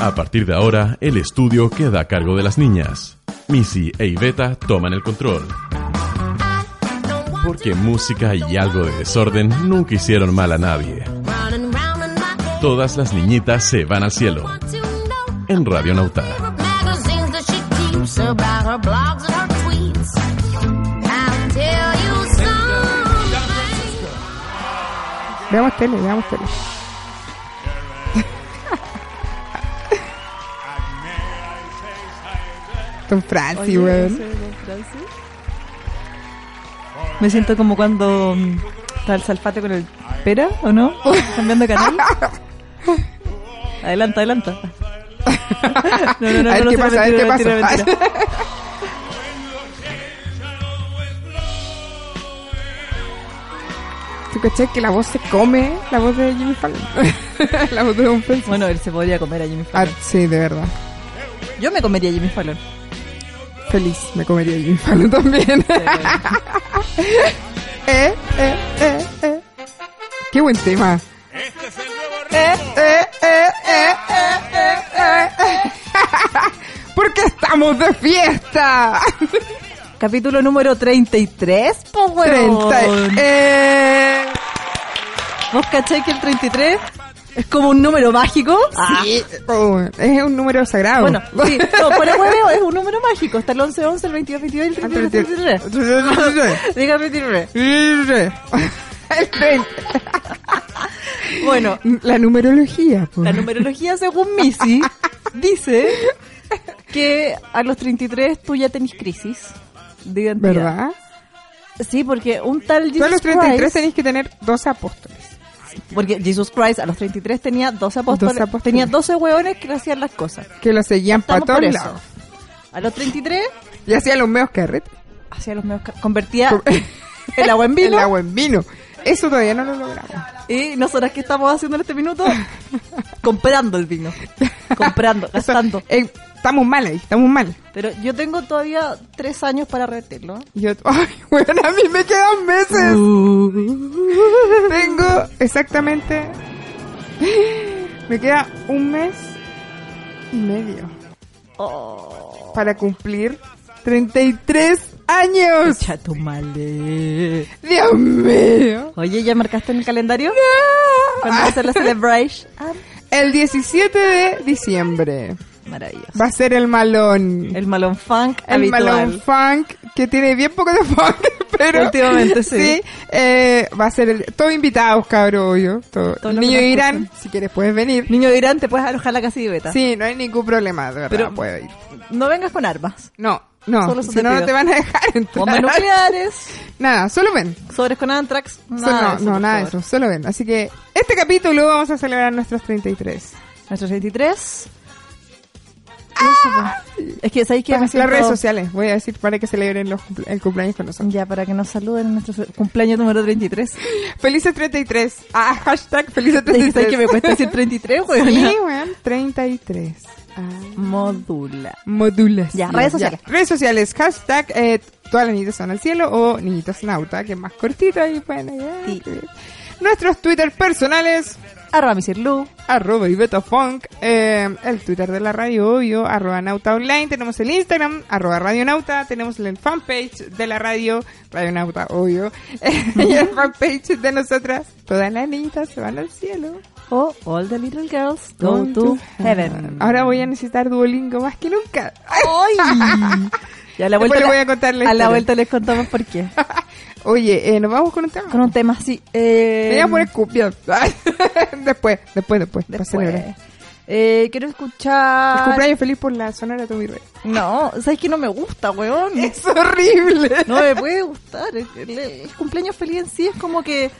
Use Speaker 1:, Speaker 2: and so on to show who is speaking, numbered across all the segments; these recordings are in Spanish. Speaker 1: A partir de ahora, el estudio queda a cargo de las niñas. Missy e Iveta toman el control. Porque música y algo de desorden nunca hicieron mal a nadie. Todas las niñitas se van al cielo. En Radio Nauta.
Speaker 2: Veamos tele, veamos tele. Don Francis, Ah, weón.
Speaker 3: Me siento como cuando mm, está el salfate con el pera, ¿o no? Cambiando de canal. Adelanta, adelanta. No, no, no,
Speaker 2: A ver
Speaker 3: no,
Speaker 2: qué
Speaker 3: no,
Speaker 2: pasa, a ver qué
Speaker 3: mentira, mentira,
Speaker 2: pasa.
Speaker 3: mentira.
Speaker 2: ¿Tú cachas que la voz se come? La voz de Jimmy Fallon. la voz de Don Francis.
Speaker 3: Bueno, él se podría comer a Jimmy
Speaker 2: Ah,
Speaker 3: Fallon.
Speaker 2: sí, de verdad.
Speaker 3: Yo me comería a Jimmy Fallon.
Speaker 2: Feliz, me comería a Jimmy Fallon también. eh, eh, eh, eh. Qué buen tema.
Speaker 4: Este
Speaker 2: Eh, eh, eh, eh, eh, eh, eh, eh. Porque estamos de fiesta.
Speaker 3: Capítulo número 33, po, pues, weón.
Speaker 2: 30. Eh,
Speaker 3: ¿Vos cacháis que el 33 es como un número mágico?
Speaker 2: sí. Oh, es un número sagrado.
Speaker 3: Ah. Bueno, sí, no, fuera hueveo, es un número mágico. Está el 11, 11, el 22, 22, el 33, 33. Dígame 33.
Speaker 2: El 30.
Speaker 3: Bueno,
Speaker 2: La numerología, pues.
Speaker 3: la numerología según Missy dice que a los 33 tú ya tenés crisis de identidad.
Speaker 2: ¿Verdad?
Speaker 3: Sí, porque un tal Jesus
Speaker 2: Tú a los 33
Speaker 3: Christ,
Speaker 2: tenés que tener 12 apóstoles.
Speaker 3: porque Jesus Christ a los 33 tenía 12 apóstoles,
Speaker 2: 12 apóstoles.
Speaker 3: tenía 12 hueones que le hacían las cosas.
Speaker 2: Que lo seguían para
Speaker 3: Estamos
Speaker 2: todos
Speaker 3: por eso.
Speaker 2: lados.
Speaker 3: A los 33
Speaker 2: Y hacían los meos carretes.
Speaker 3: hacía los medios ca- convertía
Speaker 2: Com-
Speaker 3: el agua en vino
Speaker 2: El agua en vino. Eso todavía no lo logramos.
Speaker 3: y nosotras que estamos haciendo en este minuto comprando el vino, comprando,
Speaker 2: Eso-
Speaker 3: gastando.
Speaker 2: eh, estamos mal ahí, estamos mal.
Speaker 3: Pero yo tengo todavía tres años para repetirlo.
Speaker 2: Y Yo, ay, bueno, a mí me quedan meses.
Speaker 3: Uh.
Speaker 2: Tengo exactamente. Me queda un mes y medio
Speaker 3: Oh,
Speaker 2: para cumplir 33 años.
Speaker 3: chato male.
Speaker 2: Dios mío.
Speaker 3: Oye, ¿ya marcaste en el calendario? ¿Cuándo va a ser la celebration? Ah,
Speaker 2: El 17 de diciembre
Speaker 3: maravilloso.
Speaker 2: va a ser el malón. El,
Speaker 3: El malón funk habitual.
Speaker 2: malón funk, que tiene bien poco de funk, pero.
Speaker 3: Últimamente, sí.
Speaker 2: eh, va a ser el. Todos invitados, cabrón, obvio. Todo.
Speaker 3: Todos los
Speaker 2: Niño
Speaker 3: que nos
Speaker 2: Irán,
Speaker 3: escuchan.
Speaker 2: si quieres puedes venir.
Speaker 3: Niño de Irán, te puedes alojar la casa de beta.
Speaker 2: Sí, no hay ningún problema, de verdad,
Speaker 3: Pero-
Speaker 2: puedo ir.
Speaker 3: No vengas con armas.
Speaker 2: No, no,
Speaker 3: Solo se
Speaker 2: si
Speaker 3: te
Speaker 2: no, no
Speaker 3: pidió.
Speaker 2: te van a dejar
Speaker 3: Bombas
Speaker 2: entrar.
Speaker 3: nucleares,
Speaker 2: Nada, solo ven.
Speaker 3: sobres con antrax.
Speaker 2: Solo-
Speaker 3: Nada de por
Speaker 2: no, no, nada de
Speaker 3: favor.
Speaker 2: eso, solo ven. Así que este capítulo vamos a celebrar nuestros 33.
Speaker 3: Nuestro 63. Es que sabéis que me
Speaker 2: Para las redes
Speaker 3: siento-
Speaker 2: sociales, voy a decir para que celebren los cumple- el cumpleaños con nosotros.
Speaker 3: Ya, para que nos saluden en nuestro cumpleaños número 33.
Speaker 2: Felices 33. Ah, hashtag felices
Speaker 3: ¿Sabes
Speaker 2: 33.
Speaker 3: que me cuesta decir 33, güey?
Speaker 2: Sí, weón, 33. Ah.
Speaker 3: Modula.
Speaker 2: Modulas.
Speaker 3: Ya, redes sociales.
Speaker 2: Redes sociales, hashtag, eh, todas las niñitas son al cielo o niñitas nauta, que es más cortito y bueno, ya.
Speaker 3: Sí.
Speaker 2: Nuestros Twitter personales,
Speaker 3: Arroba Missy Lu.
Speaker 2: arroba y betafunk, eh, el Twitter de la radio, obvio, arroba nauta online, tenemos el Instagram, arroba radio nauta, tenemos el fanpage de la radio, radio nauta, obvio, y el fanpage de nosotras, todas las niñitas se van al cielo.
Speaker 3: O All the Little Girls Go to Heaven.
Speaker 2: Ahora voy a necesitar Duolingo más que nunca.
Speaker 3: ¡Ay! Y a la
Speaker 2: Después
Speaker 3: vuelta,
Speaker 2: le
Speaker 3: la-
Speaker 2: voy a contar la
Speaker 3: a la
Speaker 2: historia.
Speaker 3: vuelta les contamos por qué.
Speaker 2: Oye, eh, nos vamos con un tema.
Speaker 3: Con un tema así. Eh,
Speaker 2: Voy a poner cumbia. después, después, después. Para celebrar.
Speaker 3: después. Eh, quiero escuchar.
Speaker 2: El cumpleaños feliz por la sonora Tommy Rey.
Speaker 3: No, ¿sabes que no me gusta, weón?
Speaker 2: Es horrible.
Speaker 3: No me puede gustar. El, el- el cumpleaños feliz en sí es como que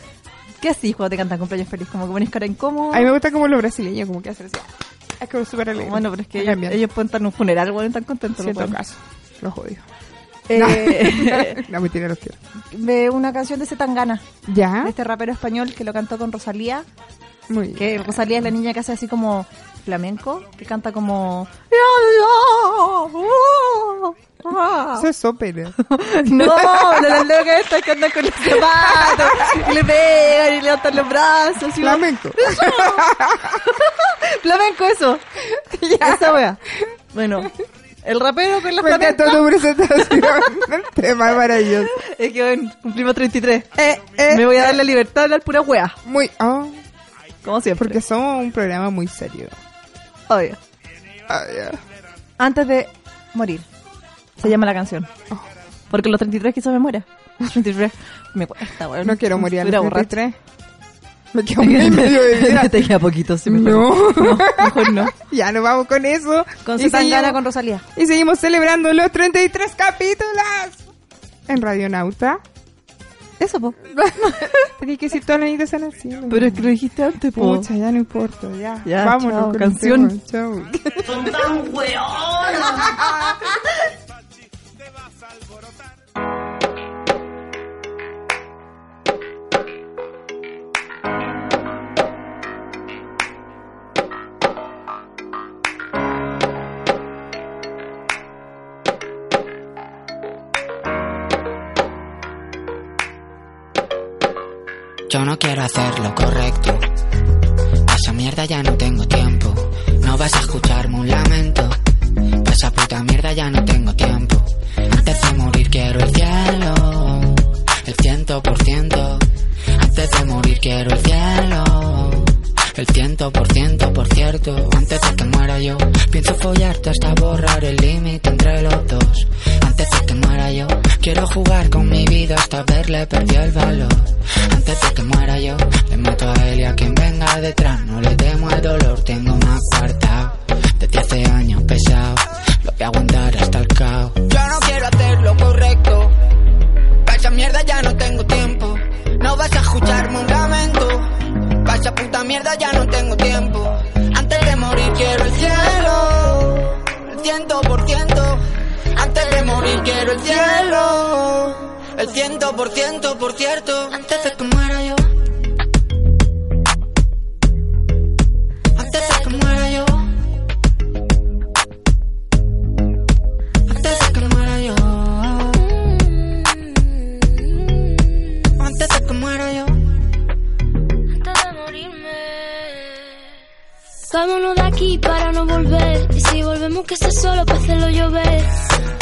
Speaker 3: ¿Qué así cuando te cantan cumpleaños feliz? Como que pones cara incómoda.
Speaker 2: A mí me gusta como los brasileños, como que hacen así. Es como súper alegre.
Speaker 3: Bueno, pero es que
Speaker 2: Me
Speaker 3: ellos,
Speaker 2: cambian.
Speaker 3: ellos pueden estar en un funeral, bueno, están contentos.
Speaker 2: Siento
Speaker 3: los buenos.
Speaker 2: caso. Los odio.
Speaker 3: Eh,
Speaker 2: No, mentira, los quiero.
Speaker 3: de una canción de Zetangana, de
Speaker 2: ¿Ya?
Speaker 3: este rapero español que lo cantó con Rosalía.
Speaker 2: Muy bien.
Speaker 3: Que Rosalía es la niña que hace así como flamenco, que canta como.
Speaker 2: Eso es ópera.
Speaker 3: Ah, No, la loca está que anda con los zapatos y le pegan y le levantan los brazos. y-
Speaker 2: Flamenco.
Speaker 3: Flamenco, eso. Esa wea. Bueno, el rapero con la
Speaker 2: Me encantó
Speaker 3: flamenca.
Speaker 2: tu presentación del tema maravilloso.
Speaker 3: Es que bueno, cumplimos 33.
Speaker 2: Eh, eh,
Speaker 3: Me voy a dar la libertad de hablar pura wea,
Speaker 2: Muy. Oh,
Speaker 3: como siempre.
Speaker 2: porque somos un programa muy serio.
Speaker 3: Obvio.
Speaker 2: Ah, ya.
Speaker 3: Antes de morir. Se llama la canción.
Speaker 2: Oh.
Speaker 3: Porque los 33 quizás me muera. 33. Me cuesta, weón.
Speaker 2: No quiero morir a
Speaker 3: Mm, Estuviera
Speaker 2: los
Speaker 3: borracha.
Speaker 2: 33. Me quedo muy en medio de vida.
Speaker 3: Te queda poquito, sí, mejor.
Speaker 2: No.
Speaker 3: Mejor no.
Speaker 2: Ya nos vamos con eso.
Speaker 3: Con
Speaker 2: Y
Speaker 3: Zetangana,
Speaker 2: seguimos-
Speaker 3: con Rosalía.
Speaker 2: Y seguimos celebrando los 33 capítulos en Radionauta.
Speaker 3: Eso, po.
Speaker 2: Tenía que decir todas las niñas están haciendo.
Speaker 3: Pero es que lo dijiste antes, po.
Speaker 2: Pucha, ya no importa, ya.
Speaker 3: Ya,
Speaker 2: Vámonos
Speaker 3: chao,
Speaker 2: con este el
Speaker 3: canción.
Speaker 2: tema, Chao.
Speaker 5: Yo no quiero hacer lo correcto. A esa mierda ya no tengo tiempo. No vas a escucharme un lamento. Pa' esa puta mierda ya no tengo tiempo. Antes de morir quiero el cielo. El ciento por ciento. Antes de morir quiero el cielo. El ciento por ciento, por cierto. Antes de que muera yo, pienso follarte hasta borrar el límite entre los dos. Antes de que muera yo, quiero jugar con mi vida hasta verle perdió el valor. Antes de que muera yo, le mato a él y a quien venga detrás. No le temo el dolor, tengo más apartado. Desde hace años pesado, lo voy a aguantar hasta el caos. Yo no quiero hacer lo correcto. Pa' esa mierda ya no tengo tiempo. No vas a escucharme un lamento. Pa' esa puta mierda ya no tengo tiempo. Antes de morir quiero el cielo. El ciento por ciento. Antes de morir quiero el cielo. El ciento por ciento, por cierto. Antes de que muera yo. Antes de que muera yo. Antes de que muera yo. Antes de que muera yo.
Speaker 6: antes de morirme. Vámonos de aquí para no volver. Y si volvemos, que sea solo para hacerlo llover.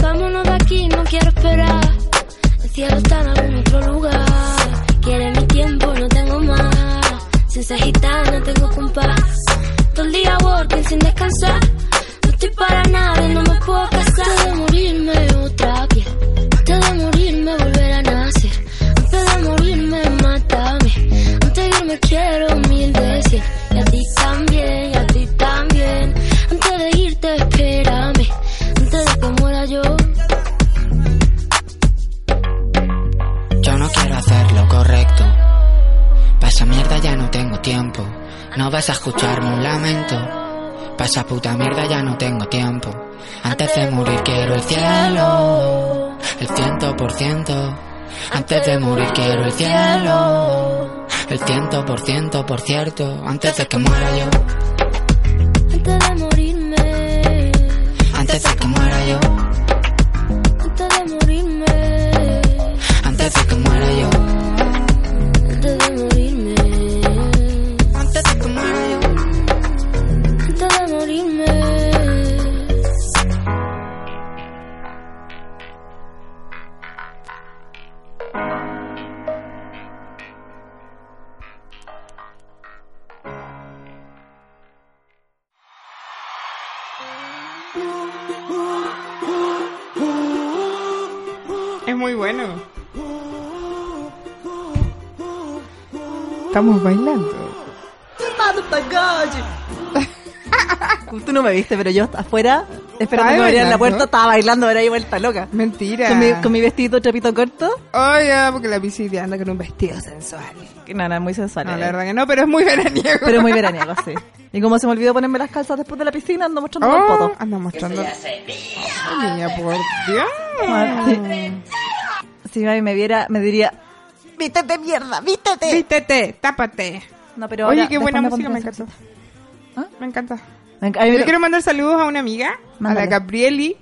Speaker 6: Vámonos de aquí, no quiero esperar. El cielo está en algún otro lugar. Quiere mi tiempo, no tengo más. Sin sagitar, no tengo compás. Todo el día working sin descansar. No estoy para nada y no me puedo casar. Antes de morirme, otra piel. Antes de morirme, volver a nacer. Antes de morirme, mátame. Antes de irme, quiero mil decir. Y a ti también, y a ti también. Antes de irte, espérame. Antes de que muera yo.
Speaker 5: Yo no quiero hacer lo correcto. Pa' esa mierda ya no tengo tiempo. No vas a escucharme un lamento. Pa' esa puta mierda ya no tengo tiempo. Antes de morir quiero el cielo. El ciento por ciento. Antes de morir quiero el cielo. El ciento por ciento, por cierto. Antes de que muera yo.
Speaker 6: Antes de morirme.
Speaker 5: Antes de que muera yo.
Speaker 6: Antes de morirme.
Speaker 5: Antes de que muera yo.
Speaker 6: Antes de morirme.
Speaker 5: Antes de que muera yo.
Speaker 6: Antes de morirme.
Speaker 2: Es muy bueno. Estamos bailando.
Speaker 3: Tú no me viste, pero yo afuera Esperando que
Speaker 2: ¿Estaba
Speaker 3: me abrieran la
Speaker 2: bailando?
Speaker 3: puerta, estaba bailando ahora y vuelta loca.
Speaker 2: Mentira.
Speaker 3: Con mi, con mi vestido trapito corto.
Speaker 2: Oye, porque la Piscis anda con un vestido sensual.
Speaker 3: Que no, no, es muy sensual.
Speaker 2: No,
Speaker 3: eh.
Speaker 2: la verdad que no, pero es muy veraniego.
Speaker 3: Pero muy veraniego, sí. Y como se me olvidó ponerme las calzas después de la piscina, ando mostrando todo el
Speaker 2: Oh,
Speaker 3: poto.
Speaker 2: anda mostrando. Ay, niña, por Dios.
Speaker 3: Sí. Si Gaby me viera, me diría, vístete mierda, vístete.
Speaker 2: Vístete, tápate.
Speaker 3: No, pero
Speaker 2: Oye,
Speaker 3: ahora
Speaker 2: qué
Speaker 3: después
Speaker 2: buena
Speaker 3: pondré
Speaker 2: música, me
Speaker 3: esa
Speaker 2: encantó.
Speaker 3: ¿Ah?
Speaker 2: Me encanta.
Speaker 3: cosita. Me enc- a mí
Speaker 2: Yo
Speaker 3: me-
Speaker 2: quiero mandar saludos a una amiga, a
Speaker 3: Mándale.
Speaker 2: la Gabrieli,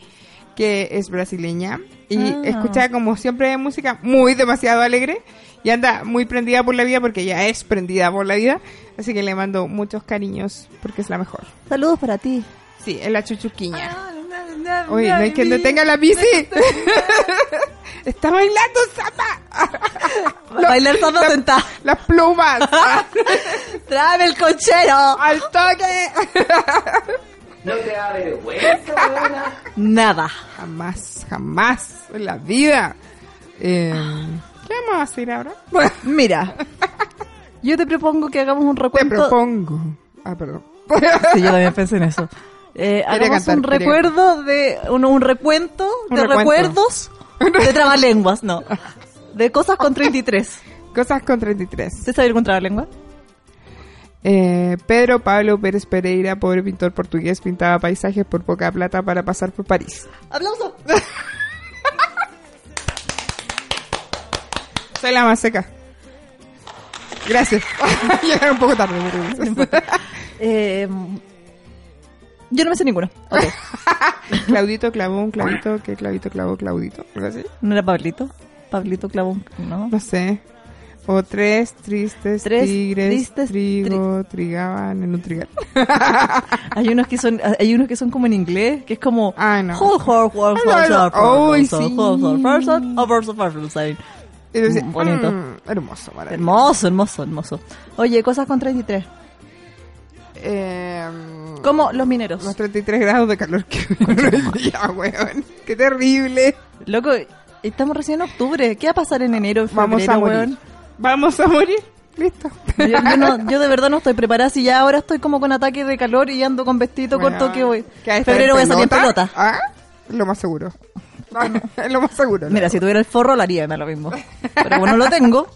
Speaker 2: que es brasileña y
Speaker 3: Ah.
Speaker 2: escucha como siempre música muy demasiado alegre y anda muy prendida por la vida porque ella es prendida por la vida, así que le mando muchos cariños porque es la mejor.
Speaker 3: Saludos para ti.
Speaker 2: Sí, es la chuchuquiña. Oye, no hay quien detenga la bici. Está bailando zapa.
Speaker 3: Bailar solo sentada.
Speaker 2: Las plumas.
Speaker 3: Tráeme el cochero.
Speaker 2: Al toque.
Speaker 3: Nada.
Speaker 2: Jamás, jamás en la vida. Eh,
Speaker 3: Ah.
Speaker 2: ¿Qué vamos a hacer ahora?
Speaker 3: Mira, yo te propongo que hagamos un
Speaker 2: Te
Speaker 3: recuento.
Speaker 2: propongo. Ah, perdón.
Speaker 3: Sí, yo también pensé en eso. Eh, hagamos
Speaker 2: cantar,
Speaker 3: un
Speaker 2: quería-
Speaker 3: recuerdo de un, un recuento
Speaker 2: Un
Speaker 3: de
Speaker 2: recuento.
Speaker 3: recuerdos de trabalenguas, no. De cosas con 33.
Speaker 2: Cosas con 33.
Speaker 3: ¿Usted sabe algún trabalengua?
Speaker 2: Eh, Pedro Pablo Pérez Pereira, pobre pintor portugués, pintaba paisajes por poca plata para pasar por París.
Speaker 3: Aplauso.
Speaker 2: Soy la más seca. Gracias. Llegué un poco tarde. pero-
Speaker 3: Eh, yo no me sé ninguno. Ok.
Speaker 2: Claudito clavó un clavito, que clavito clavó Claudito. ¿Algo así?
Speaker 3: ¿No era Pablito? Pablito clavó un- ¿no?
Speaker 2: No sé. O tres tristes
Speaker 3: Tres
Speaker 2: tigres,
Speaker 3: tristes
Speaker 2: trigo, trigaban en un trigal.
Speaker 3: Hay unos que son, hay unos que son como en inglés, que es como
Speaker 2: Ah, no.
Speaker 3: Hold, hold, hold,
Speaker 2: Ah,
Speaker 3: hold,
Speaker 2: no,
Speaker 3: hold,
Speaker 2: no.
Speaker 3: hold,
Speaker 2: Uy,
Speaker 3: hold,
Speaker 2: sí.
Speaker 3: hold, hold, first hold, oh, first hold, first hold, sí.
Speaker 2: Y decía,
Speaker 3: Mm, bonito.
Speaker 2: mm, hermoso, maravilloso.
Speaker 3: Hermoso, hermoso, hermoso. Oye, cosas con 33.
Speaker 2: Eh,
Speaker 3: Como los mineros.
Speaker 2: Los 33 grados de calor que ya, weón. Qué terrible.
Speaker 3: Loco, estamos recién en octubre. ¿Qué va a pasar en enero, en febrero,
Speaker 2: Vamos a morir.
Speaker 3: weón?
Speaker 2: Vamos a morir. Listo.
Speaker 3: Yo, yo no- yo de verdad no estoy preparada. Si ya ahora estoy como con ataque de calor y ando con vestidito
Speaker 2: Bueno,
Speaker 3: corto que voy.
Speaker 2: ¿que a esta
Speaker 3: febrero voy a
Speaker 2: vez
Speaker 3: salir en
Speaker 2: pelota?
Speaker 3: pelota.
Speaker 2: Ah, lo más seguro. Es lo más seguro.
Speaker 3: Mira, si tuviera el forro lo haría, me da lo mismo. Pero como no lo tengo,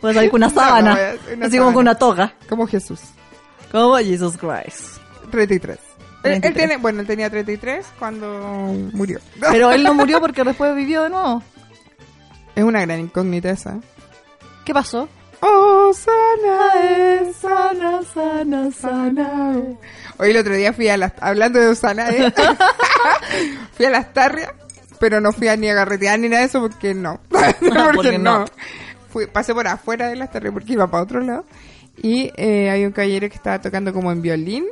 Speaker 3: voy a salir con una
Speaker 2: No, no,
Speaker 3: sábana.
Speaker 2: es
Speaker 3: así
Speaker 2: una
Speaker 3: como
Speaker 2: sábana.
Speaker 3: con una toga.
Speaker 2: Como Jesús.
Speaker 3: Como Jesus Christ.
Speaker 2: 33. Él- Él,
Speaker 3: 33.
Speaker 2: tiene, bueno, él tenía 33 cuando murió.
Speaker 3: Pero él no murió porque después vivió de nuevo.
Speaker 2: Es una gran incógnita esa. ¿eh?
Speaker 3: ¿Qué pasó?
Speaker 2: Oh, sana es,
Speaker 3: Sana, sana,
Speaker 2: sana es. Hoy el otro día fui a las... Hablando de Usana, ¿eh? fui a las tarrias, pero no fui a ni a carretear ni nada de eso porque no. porque,
Speaker 3: Ah, Porque
Speaker 2: no.
Speaker 3: no.
Speaker 2: Fui- pasé por afuera de las tarrias porque iba para otro lado. Y eh, hay un caballero que estaba tocando como en violín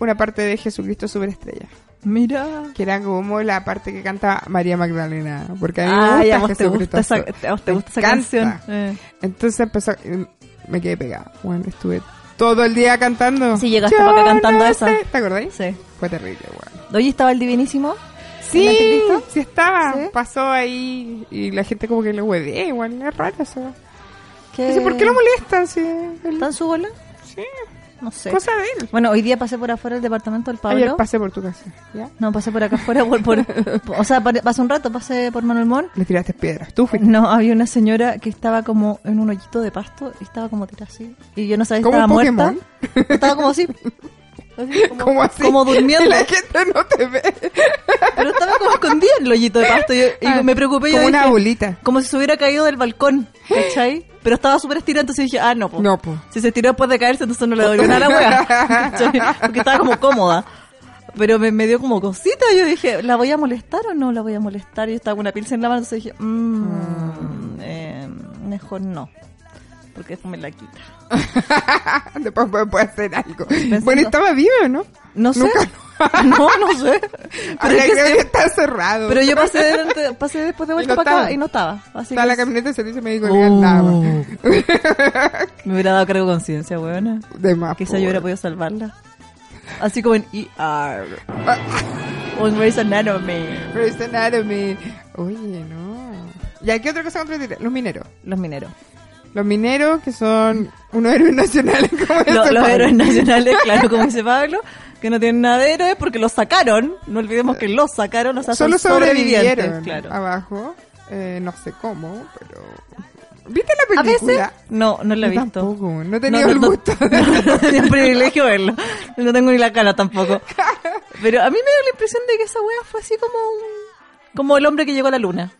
Speaker 2: una parte de Jesucristo Superestrella.
Speaker 3: Mira.
Speaker 2: Que era como la parte que canta María Magdalena. Porque a mí me
Speaker 3: Ay,
Speaker 2: gusta
Speaker 3: a vos te
Speaker 2: Jesucristo
Speaker 3: gusta esa,
Speaker 2: Superestrella.
Speaker 3: a vos te
Speaker 2: Me
Speaker 3: gusta esa
Speaker 2: encanta.
Speaker 3: canción. Eh.
Speaker 2: Entonces empezó, y me quedé pegada. Bueno, estuve todo el día cantando.
Speaker 3: Sí, llegaste para acá cantando esa.
Speaker 2: sé. ¿Te acordáis?
Speaker 3: Sí.
Speaker 2: Fue terrible, weón.
Speaker 3: Oye, estaba el divinísimo.
Speaker 2: Sí, sí estaba.
Speaker 3: Sí.
Speaker 2: Pasó ahí y la gente como que lo huevé, igual es raro eso.
Speaker 3: Que...
Speaker 2: Dice, ¿por qué lo molestan? Sí, él-
Speaker 3: ¿Está en su bola?
Speaker 2: sí,
Speaker 3: No sé.
Speaker 2: cosa de él.
Speaker 3: Bueno, hoy día pasé por afuera del departamento del Pablo.
Speaker 2: Ayer pasé por tu casa, ¿ya?
Speaker 3: No, pasé por acá afuera. Por, por- por- o sea, pa- pasé un rato, pasé por Manuel Mon.
Speaker 2: Le tiraste piedras, tú fuiste.
Speaker 3: No, había una señora que estaba como en un hoyito de pasto, y estaba como tirada así. Y yo no sabía si
Speaker 2: ¿Como
Speaker 3: estaba
Speaker 2: un
Speaker 3: muerta.
Speaker 2: Pokémon?
Speaker 3: Estaba como así. Así, como,
Speaker 2: ¿Cómo así?
Speaker 3: como durmiendo.
Speaker 2: Y la gente no te ve.
Speaker 3: Pero estaba como escondida en el hoyito de pasto. Y, yo- y
Speaker 2: Ah,
Speaker 3: me preocupé. yo
Speaker 2: como una
Speaker 3: dije,
Speaker 2: bolita.
Speaker 3: Como si se hubiera caído del balcón, ¿cachai? Pero estaba súper estirada, entonces dije, ah, no, po.
Speaker 2: No, po.
Speaker 3: Si se estiró después de caerse, entonces no le dolió nada a la wea. ¿cachai? Porque estaba como cómoda. Pero me, me dio como cosita. Yo dije, ¿la voy a molestar o no la voy a molestar? Yo estaba con una pinza en la mano, entonces dije,
Speaker 2: Mm.
Speaker 3: mmm, eh, mejor no. Porque después me la quita.
Speaker 2: Después puede, puede hacer algo. Bueno, estaba viva, ¿no?
Speaker 3: No sé.
Speaker 2: Nunca-
Speaker 3: No, no sé. Pero,
Speaker 2: Ahora
Speaker 3: es que
Speaker 2: creo
Speaker 3: se-
Speaker 2: que está cerrado.
Speaker 3: pero yo pasé, delante- pasé después de
Speaker 2: Y
Speaker 3: vuelta
Speaker 2: no
Speaker 3: para acá
Speaker 2: estaba.
Speaker 3: y no estaba. Así
Speaker 2: Está
Speaker 3: que
Speaker 2: la
Speaker 3: es-
Speaker 2: camioneta de servicio médico legal,
Speaker 3: Uh.
Speaker 2: nada más.
Speaker 3: Me hubiera dado cargo de conciencia, weona.
Speaker 2: De más.
Speaker 3: Quizá
Speaker 2: po,
Speaker 3: yo hubiera
Speaker 2: weón.
Speaker 3: podido salvarla. Así como en ER. o en Grey's Anatomy.
Speaker 2: Grey's Anatomy. Oye, no. ¿Y aquí otra cosa contra Los mineros.
Speaker 3: Los mineros.
Speaker 2: Los mineros que son unos héroes nacionales
Speaker 3: Lo-
Speaker 2: como ese
Speaker 3: los
Speaker 2: Pablo.
Speaker 3: héroes nacionales, claro, como dice Pablo. que no tienen nada de héroes porque los sacaron. No olvidemos que los sacaron, los sea,
Speaker 2: Solo
Speaker 3: son sobrevivientes,
Speaker 2: sobrevivieron
Speaker 3: Claro.
Speaker 2: abajo. Eh, no sé cómo, pero... ¿Viste la
Speaker 3: A veces,
Speaker 2: película?
Speaker 3: no, no lo he
Speaker 2: Yo
Speaker 3: visto.
Speaker 2: tampoco, no he tenido el gusto.
Speaker 3: No, tenía el privilegio de verlo. No tengo ni la cara tampoco. Pero a mí me dio la impresión de que esa wea fue así como un- como el hombre que llegó a la luna.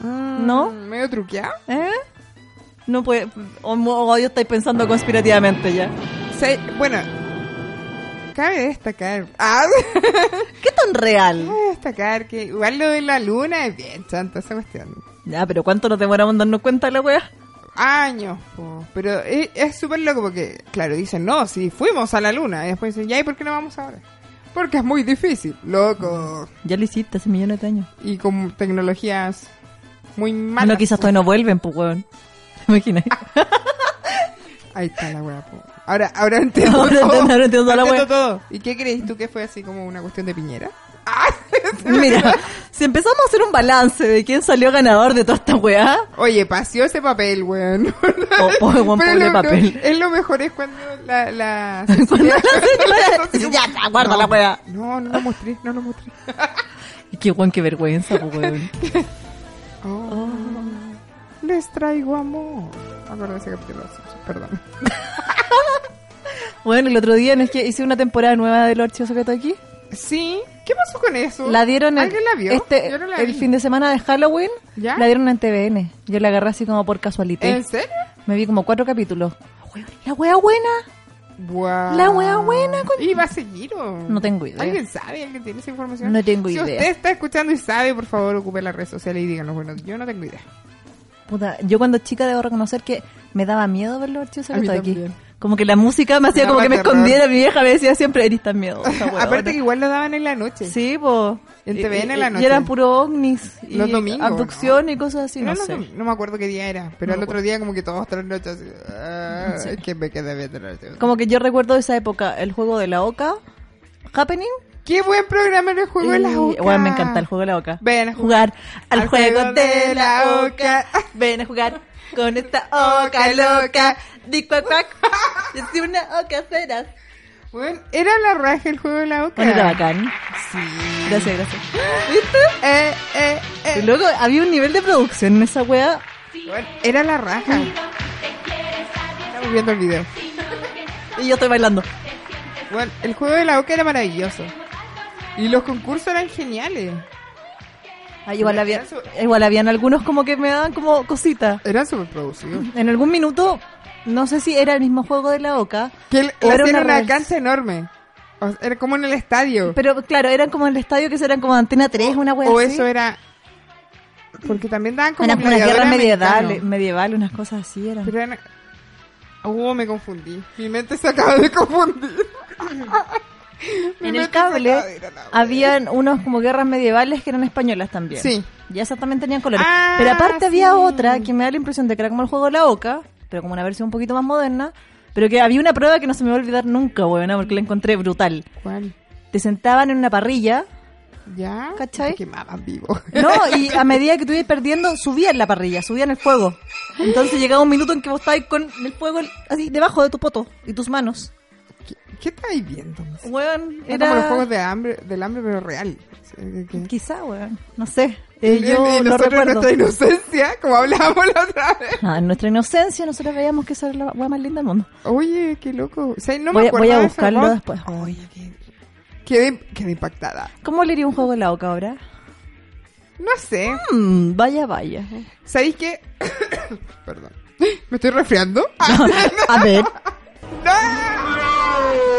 Speaker 2: Mm,
Speaker 3: ¿No?
Speaker 2: ¿Medio truqueado?
Speaker 3: ¿Eh? No puede. O, o yo estoy pensando conspirativamente ya.
Speaker 2: Se- bueno, cabe destacar... Ah,
Speaker 3: ¿Qué tan real?
Speaker 2: cabe destacar que igual lo de la luna es bien chanta esa cuestión.
Speaker 3: Ya, pero ¿cuánto nos demoramos en darnos cuenta de la wea?
Speaker 2: años, po. pero es es súper loco porque, claro, dicen, no, si fuimos a la luna, y después dicen, ya, ¿y por qué no vamos ahora? Porque es muy difícil, loco,
Speaker 3: Mm, Ya lo hiciste hace millones de años.
Speaker 2: y con tecnologías muy malas.
Speaker 3: Bueno, quizás todavía no vuelven, pues weón. ¿Te imaginas?
Speaker 2: Ahí está la wea, po. Ahora, ahora entiendo
Speaker 3: Ahora
Speaker 2: todo.
Speaker 3: entiendo, ahora entiendo la
Speaker 2: Entiendo
Speaker 3: wea.
Speaker 2: todo. ¿Y qué crees tú que fue así como una cuestión de piñera?
Speaker 3: Mira, si empezamos a hacer un balance de quién salió ganador de toda esta weá, Oh,
Speaker 2: Oye, paseó ese papel, weón.
Speaker 3: O- o, weón,
Speaker 2: Pero
Speaker 3: pobre
Speaker 2: lo-
Speaker 3: papel.
Speaker 2: es lo mejor es cuando la... la...
Speaker 3: Cuando la señora dice, ya, ya, guarda la weá.
Speaker 2: No, no lo mostré, no lo mostré.
Speaker 3: Y qué weón, qué vergüenza, po, weón.
Speaker 2: Oh. Les traigo amor. Ah, Me acuerdo de ese capítulo de los Simpsons, perdón.
Speaker 3: Bueno, el otro día no es que hice una temporada nueva del Archivo Secreto de aquí.
Speaker 2: Sí, ¿qué pasó con eso?
Speaker 3: La dieron el,
Speaker 2: ¿Alguien la vio?
Speaker 3: Este,
Speaker 2: Yo no la
Speaker 3: el
Speaker 2: vi.
Speaker 3: fin de semana de Halloween.
Speaker 2: ¿Ya?
Speaker 3: La dieron en TVN. Yo la agarré así como por casualidad.
Speaker 2: ¿En serio?
Speaker 3: Me vi como cuatro capítulos. Weón, La wea buena.
Speaker 2: Guau.
Speaker 3: La wea buena con-
Speaker 2: Ah, ¿Y va a seguir o...?
Speaker 3: No tengo idea.
Speaker 2: ¿Alguien sabe? ¿Alguien tiene esa información?
Speaker 3: No tengo
Speaker 2: Si
Speaker 3: idea.
Speaker 2: usted está escuchando y sabe, por favor, ocupe las redes sociales y díganos. Bueno, yo no tengo idea.
Speaker 3: Puta, yo cuando chica debo reconocer que me daba miedo ver los archivos
Speaker 2: A mí
Speaker 3: secretos de aquí.
Speaker 2: también.
Speaker 3: Como que la música me hacía
Speaker 2: Me
Speaker 3: como
Speaker 2: daba
Speaker 3: que me
Speaker 2: terror.
Speaker 3: escondiera. Mi vieja me decía siempre, eres tan miedosa, weón.
Speaker 2: Aparte que igual lo daban en la noche.
Speaker 3: Sí, po.
Speaker 2: En
Speaker 3: Y-
Speaker 2: TVN en la
Speaker 3: y-
Speaker 2: noche.
Speaker 3: Y eran puro ovnis. Y
Speaker 2: Los domingos,
Speaker 3: Abducción y cosas así, no,
Speaker 2: no,
Speaker 3: sé.
Speaker 2: no, no me acuerdo qué día era, pero
Speaker 3: No
Speaker 2: el
Speaker 3: me
Speaker 2: otro día como que todos tres noches así, ah,
Speaker 3: Sí.
Speaker 2: es que me quedé bien de noche.
Speaker 3: Como que yo recuerdo esa época, el juego de la oca, Happening.
Speaker 2: ¡Qué buen programa era el juego de
Speaker 3: y-
Speaker 2: la boca!
Speaker 3: Bueno, me encanta el juego de la oca.
Speaker 2: Ven a
Speaker 3: jugar al,
Speaker 2: al
Speaker 3: juego,
Speaker 2: juego
Speaker 3: de,
Speaker 2: de
Speaker 3: la
Speaker 2: la
Speaker 3: oca.
Speaker 2: oca.
Speaker 3: Ven a jugar con esta oca loca. Di cuac cuac. Yo soy una oca serás.
Speaker 2: Bueno, era la raja el juego de la oca.
Speaker 3: Bueno, era bacán.
Speaker 2: Sí.
Speaker 3: Gracias, gracias. ¿Viste?
Speaker 2: Eh, eh, eh.
Speaker 3: Y luego había un nivel de producción en esa wea.
Speaker 2: Bueno, era la raja. Estamos viendo el video.
Speaker 3: Y yo estoy bailando.
Speaker 2: Bueno, el juego de la oca era maravilloso. Y los concursos eran geniales.
Speaker 3: Ah, igual, había, igual habían algunos como que me daban como cositas.
Speaker 2: Eran súper producidos.
Speaker 3: En algún minuto, no sé si era el mismo juego de la oca.
Speaker 2: Que el-
Speaker 3: o
Speaker 2: hacían una,
Speaker 3: res-
Speaker 2: cancha enorme. O sea, era como en el estadio.
Speaker 3: Pero claro, eran como en el estadio que eran como Antena 3, una wea
Speaker 2: o
Speaker 3: así.
Speaker 2: eso era... Porque también daban como
Speaker 3: Eran como unas
Speaker 2: gladiadores
Speaker 3: guerras medievales,
Speaker 2: americanos.
Speaker 3: medieval, unas cosas así eran.
Speaker 2: Pero eran- Oh, me confundí. Mi mente se acaba de confundir. Mi
Speaker 3: en
Speaker 2: mente
Speaker 3: el
Speaker 2: se acaba de
Speaker 3: cable
Speaker 2: ir a la wea.
Speaker 3: habían unos como guerras medievales que eran españolas también.
Speaker 2: Sí.
Speaker 3: Y esas también tenían colores.
Speaker 2: Ah,
Speaker 3: pero aparte había
Speaker 2: sí.
Speaker 3: otra que me da la impresión de que era como el juego de la oca, pero como una versión un poquito más moderna. Pero que había una prueba que no se me va a olvidar nunca, weona, porque la encontré brutal.
Speaker 2: ¿Cuál?
Speaker 3: Te sentaban en una parrilla
Speaker 2: ¿Ya?
Speaker 3: ¿Cachai?
Speaker 2: Me quemaban vivo.
Speaker 3: No, y a medida que tú ibas perdiendo, subían la parrilla, subían el fuego. Entonces llegaba un minuto en que vos estabas con el fuego así debajo de tu poto y tus manos.
Speaker 2: ¿Qué, qué estáis viendo? Era...
Speaker 3: Weón,
Speaker 2: como los
Speaker 3: era...
Speaker 2: juegos de hambre, del hambre, pero real. Sí, que- que-
Speaker 3: Quizá, weón, no sé. Eh,
Speaker 2: Y-
Speaker 3: yo
Speaker 2: y
Speaker 3: lo
Speaker 2: nosotros en
Speaker 3: recuerdo.
Speaker 2: nuestra inocencia, como hablábamos la otra vez.
Speaker 3: Ah, en nuestra inocencia nosotros veíamos que esa era la weá más linda del mundo.
Speaker 2: Oye, qué loco. O sea, no
Speaker 3: Voy
Speaker 2: me
Speaker 3: a-
Speaker 2: acuerdo
Speaker 3: voy a
Speaker 2: de esa
Speaker 3: buscarlo
Speaker 2: voz.
Speaker 3: después.
Speaker 2: Oye, qué- quedé, quedé impactada.
Speaker 3: ¿Cómo le iría un juego de la oca ahora?
Speaker 2: No sé.
Speaker 3: Mm, vaya, vaya.
Speaker 2: ¿Sabéis qué? Perdón. ¿Me estoy resfriando? Ah,
Speaker 3: A ver,
Speaker 2: no.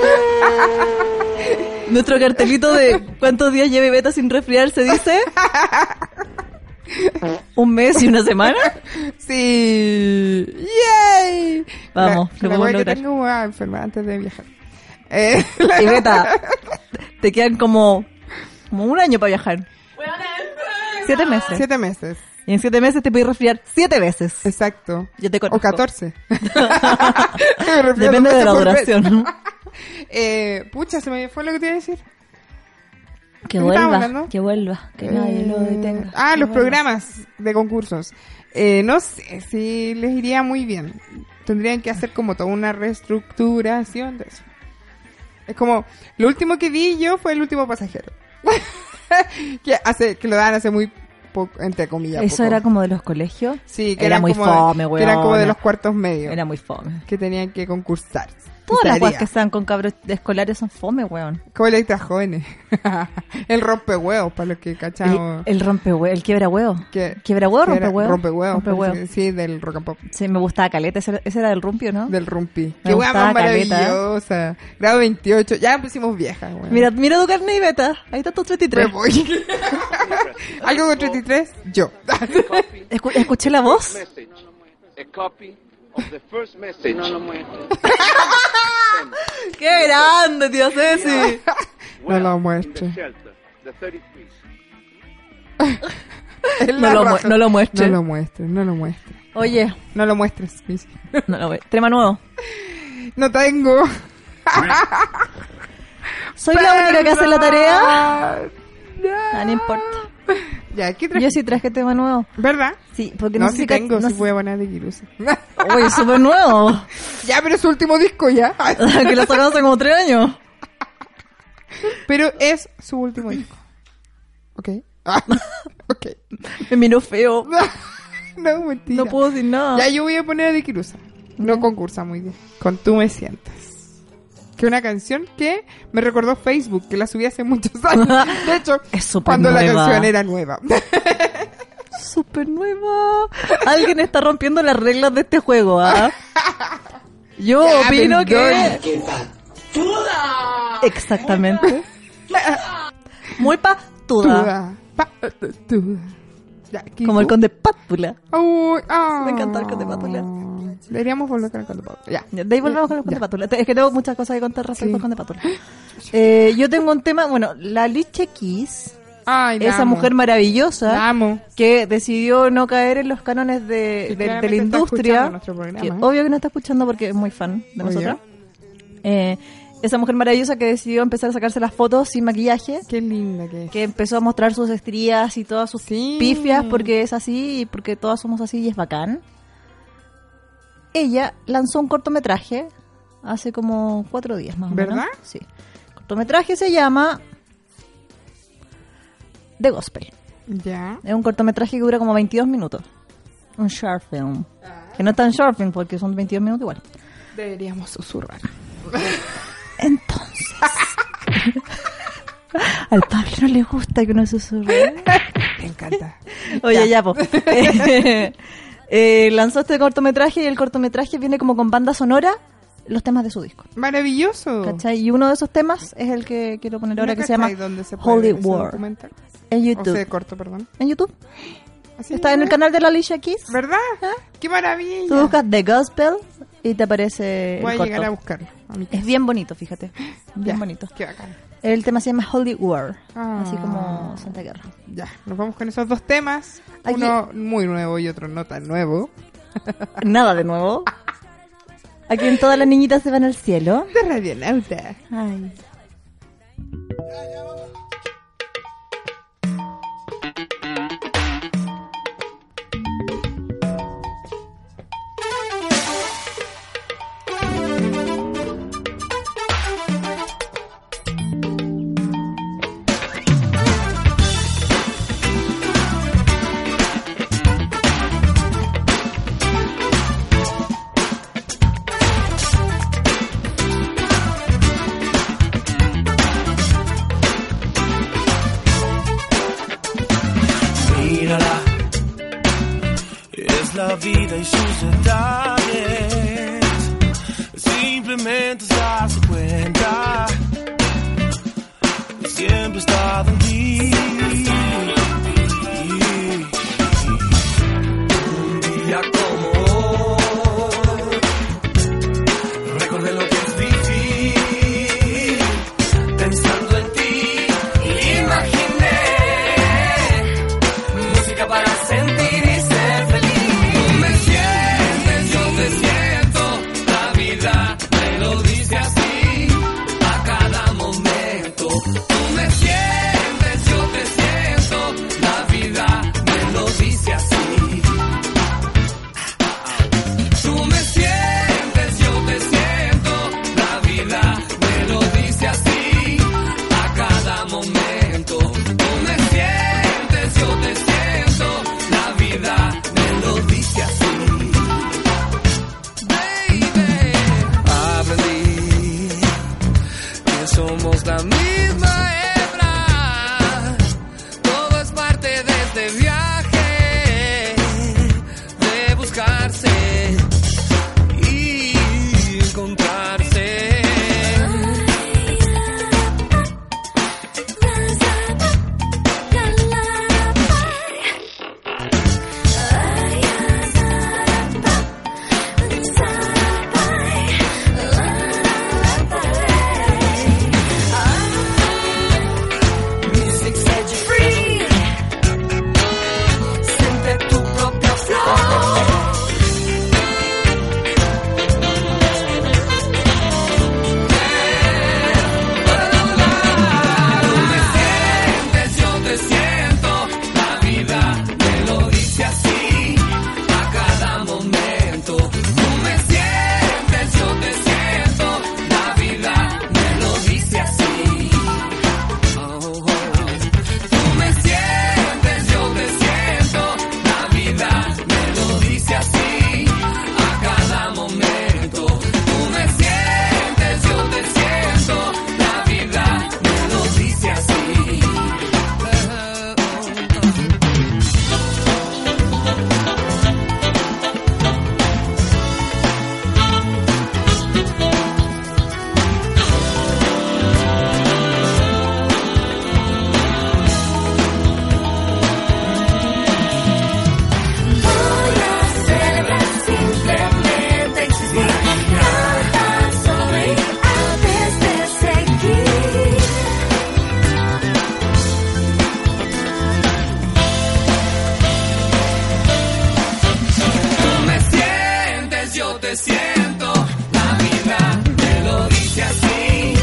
Speaker 3: nuestro cartelito de cuántos días lleve Beta sin resfriarse dice... ¿Un mes y una semana?
Speaker 2: Sí. ¡Yay!
Speaker 3: Vamos,
Speaker 2: la,
Speaker 3: lo
Speaker 2: la
Speaker 3: podemos
Speaker 2: wea que
Speaker 3: lograr.
Speaker 2: tengo a enfermar antes de viajar. Eh, la-
Speaker 3: Y Beta, te quedan como, como un año para viajar. Siete meses.
Speaker 2: siete meses.
Speaker 3: Y en siete meses te puedes resfriar siete veces.
Speaker 2: Exacto.
Speaker 3: Yo te conozco.
Speaker 2: O 14. Me refiero
Speaker 3: Depende
Speaker 2: a
Speaker 3: de la
Speaker 2: por mes.
Speaker 3: duración.
Speaker 2: Eh, pucha, se me fue lo que te iba a decir.
Speaker 3: Que
Speaker 2: ¿De qué estábamos hablando?
Speaker 3: vuelva, que vuelva, que nadie lo
Speaker 2: Eh,
Speaker 3: detenga.
Speaker 2: Ah,
Speaker 3: Que
Speaker 2: los
Speaker 3: vuelva.
Speaker 2: programas de concursos. Eh, no sé si les iría muy bien. Tendrían que hacer como toda una reestructuración de eso. Es como, lo último que vi yo fue el último pasajero. que hace, que lo dan hace muy poco, entre comillas.
Speaker 3: Eso
Speaker 2: poco.
Speaker 3: era como de los colegios.
Speaker 2: Sí, que
Speaker 3: era
Speaker 2: eran
Speaker 3: muy
Speaker 2: como,
Speaker 3: fome,
Speaker 2: Que eran como de
Speaker 3: weona.
Speaker 2: los cuartos medios.
Speaker 3: Era muy fome.
Speaker 2: Que tenían que concursar.
Speaker 3: Todas las
Speaker 2: Tarea.
Speaker 3: weas que están con cabros escolares son fome, weón.
Speaker 2: Como electas jóvenes. el rompehuevos, para los que
Speaker 3: El,
Speaker 2: cachamos.
Speaker 3: el rompehue- el quiebra huevo.
Speaker 2: Que-
Speaker 3: ¿Quiebra huevo o
Speaker 2: que era-
Speaker 3: rompe huevo?
Speaker 2: rompehuevos,
Speaker 3: Rompe
Speaker 2: parece que- pues, Sí, del rock and pop.
Speaker 3: Sí, me gustaba Caleta. Ese, ese era del rumpio, ¿no?
Speaker 2: Del rumpi.
Speaker 3: Me
Speaker 2: Qué weá más
Speaker 3: gustaba caleta.
Speaker 2: maravillosa. Grado 28. Ya pusimos vieja, weón.
Speaker 3: Mira, mira tu carne y beta. Ahí está tu 33.
Speaker 2: Me voy. Algo con 33, yo.
Speaker 3: Escu- escuché la voz.
Speaker 7: message, a copy of the first message.
Speaker 3: ¡Qué grande, tío Ceci!
Speaker 2: No
Speaker 7: in
Speaker 2: lo
Speaker 7: the
Speaker 2: muestre.
Speaker 7: shelter, the 33.
Speaker 2: Es la
Speaker 3: No lo, mu-
Speaker 2: raja.
Speaker 3: no lo
Speaker 2: No
Speaker 3: muestre.
Speaker 2: lo muestres, no lo muestres.
Speaker 3: Oye,
Speaker 2: No lo muestres, Michi.
Speaker 3: no lo ve. Tema nuevo.
Speaker 2: No tengo.
Speaker 3: ¿Soy la única que hace la tarea?
Speaker 2: Ya.
Speaker 3: Ah, no importa.
Speaker 2: Ya, aquí traje.
Speaker 3: Yo sí traje tema nuevo.
Speaker 2: ¿Verdad?
Speaker 3: Sí, porque no,
Speaker 2: no,
Speaker 3: sé
Speaker 2: sí
Speaker 3: ca-
Speaker 2: tengo,
Speaker 3: no
Speaker 2: sí
Speaker 3: sé-
Speaker 2: voy a poner de Kirusa.
Speaker 3: Oye, súper nuevo.
Speaker 2: ya, pero es su último disco ya.
Speaker 3: que lo sacaron hace como tres años.
Speaker 2: pero es su último disco. Ah, Ok. ok.
Speaker 3: Me miró feo.
Speaker 2: no, mentira.
Speaker 3: No puedo decir nada.
Speaker 2: Ya, yo voy a poner a De Kirusa. No concursa muy bien. Con Tú me sientas. Que una canción que me recordó Facebook, que la subí hace muchos años. De hecho,
Speaker 3: Es súper
Speaker 2: cuando la
Speaker 3: Pues nueva.
Speaker 2: canción era nueva.
Speaker 3: Súper nueva. Alguien está rompiendo las reglas de este juego, ¿ah? Yo
Speaker 2: Ya,
Speaker 3: opino
Speaker 2: perdón.
Speaker 3: que... Exactamente. Muy patuda.
Speaker 2: Tuda. Pa- tuda. Ya, aquí
Speaker 3: Como el
Speaker 2: tú.
Speaker 3: conde Pátula.
Speaker 2: Uy, ah.
Speaker 3: Me encanta el conde Pátula.
Speaker 2: Mm, Deberíamos volver con el conde Pátula. Ya.
Speaker 3: Ya, De ahí volvemos con el Conde
Speaker 2: Ya.
Speaker 3: Pátula. Es que tengo muchas cosas que contar respecto
Speaker 2: Sí.
Speaker 3: al Conde Pátula. Eh, yo tengo un tema... Bueno, la Liche Kiss,
Speaker 2: Ay, la
Speaker 3: esa
Speaker 2: amo.
Speaker 3: mujer maravillosa...
Speaker 2: La amo.
Speaker 3: que decidió no caer en los cánones de, de-
Speaker 2: Que
Speaker 3: de, la
Speaker 2: claramente está escuchando
Speaker 3: industria.
Speaker 2: nuestro programa,
Speaker 3: que
Speaker 2: ¿eh?
Speaker 3: obvio que no está escuchando porque es muy fan de
Speaker 2: Obvio.
Speaker 3: nosotros. esa mujer maravillosa que decidió empezar a sacarse las fotos sin maquillaje,
Speaker 2: Qué linda que es.
Speaker 3: que empezó a mostrar sus estrías y todas sus
Speaker 2: Sí.
Speaker 3: pifias porque es así y porque todas somos así y es bacán. Ella lanzó un cortometraje hace como cuatro días más o menos.
Speaker 2: ¿Verdad?
Speaker 3: Sí. El cortometraje se llama The Gospel.
Speaker 2: Ya.
Speaker 3: Es un cortometraje que dura como 22 minutos. Un short film. Que no es tan short film porque son 22 minutos igual.
Speaker 2: Deberíamos susurrar.
Speaker 3: Entonces. al Pablo no le gusta que uno susurre.
Speaker 2: Me encanta.
Speaker 3: Oye, ya, po. Eh, eh, lanzó este cortometraje y el cortometraje viene como con banda sonora los temas de su disco.
Speaker 2: Maravilloso.
Speaker 3: ¿Cachai? Y uno de esos temas es el que quiero poner ahora
Speaker 2: ¿No
Speaker 3: que se llama
Speaker 2: cachai dónde se puede
Speaker 3: Holy
Speaker 2: ver ese
Speaker 3: War.
Speaker 2: documental?
Speaker 3: En
Speaker 2: O
Speaker 3: YouTube.
Speaker 2: sea, corto, perdón.
Speaker 3: En YouTube.
Speaker 2: Así
Speaker 3: Está en el
Speaker 2: nomás.
Speaker 3: canal de la Alicia Keys.
Speaker 2: ¿Verdad?
Speaker 3: ¿Ah?
Speaker 2: Qué
Speaker 3: Tú
Speaker 2: maravilla.
Speaker 3: buscas The Gospel y te aparece el
Speaker 2: Voy a
Speaker 3: corto.
Speaker 2: llegar a buscarlo. A mi
Speaker 3: Es bien bonito, fíjate. Bien
Speaker 2: Ya.
Speaker 3: bonito.
Speaker 2: Qué bacán.
Speaker 3: El tema se llama Holy War,
Speaker 2: Ah.
Speaker 3: así como Santa Guerra.
Speaker 2: Ya, nos vamos con esos dos temas.
Speaker 3: Aquí-
Speaker 2: Uno muy nuevo y otro no tan nuevo.
Speaker 3: Nada de nuevo. Aquí en todas las niñitas se van al cielo.
Speaker 2: De Radionauta.
Speaker 3: Ay.
Speaker 8: Mírala, es la vida y sus detalles. Simplemente se hace cuenta, siempre está en ti. Un día como hoy, recordé lo que es vivir, pensando en ti, imaginé música para sentir y ser feliz. Tú me sientes, yo te siento, la vida me lo dice así a cada momento. Tú me sientes. somos la misma hebra. Todo es parte de este viaje de buscarse y encontrarse.
Speaker 9: Music set you free. Siente tu propio flow.
Speaker 8: Yo te siento, la vida me lo dice así, a cada momento. Tú me sientes, yo te siento, la vida me lo dice así. Oh, oh, oh. Tú me sientes, yo te siento, la vida me lo dice así, a cada momento. Tú me sientes, yo te siento, la vida me lo dice así.
Speaker 9: Voy a celebrar simplemente existir. Cantar sobre antes de seguir.
Speaker 8: Tú me sientes, yo te siento. La vida me lo dice así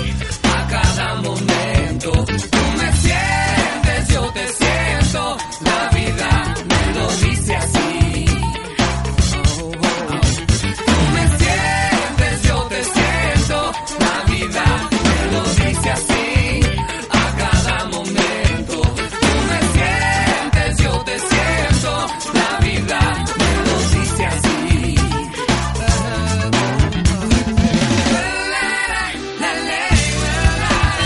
Speaker 8: a cada momento. Tú me sientes, yo te siento. La vida me lo dice así. Oh, oh, oh. Tú me sientes, yo te siento. La vida me lo dice así a cada momento. Tú me sientes, yo te siento. La vida me lo dice así. La, la, la,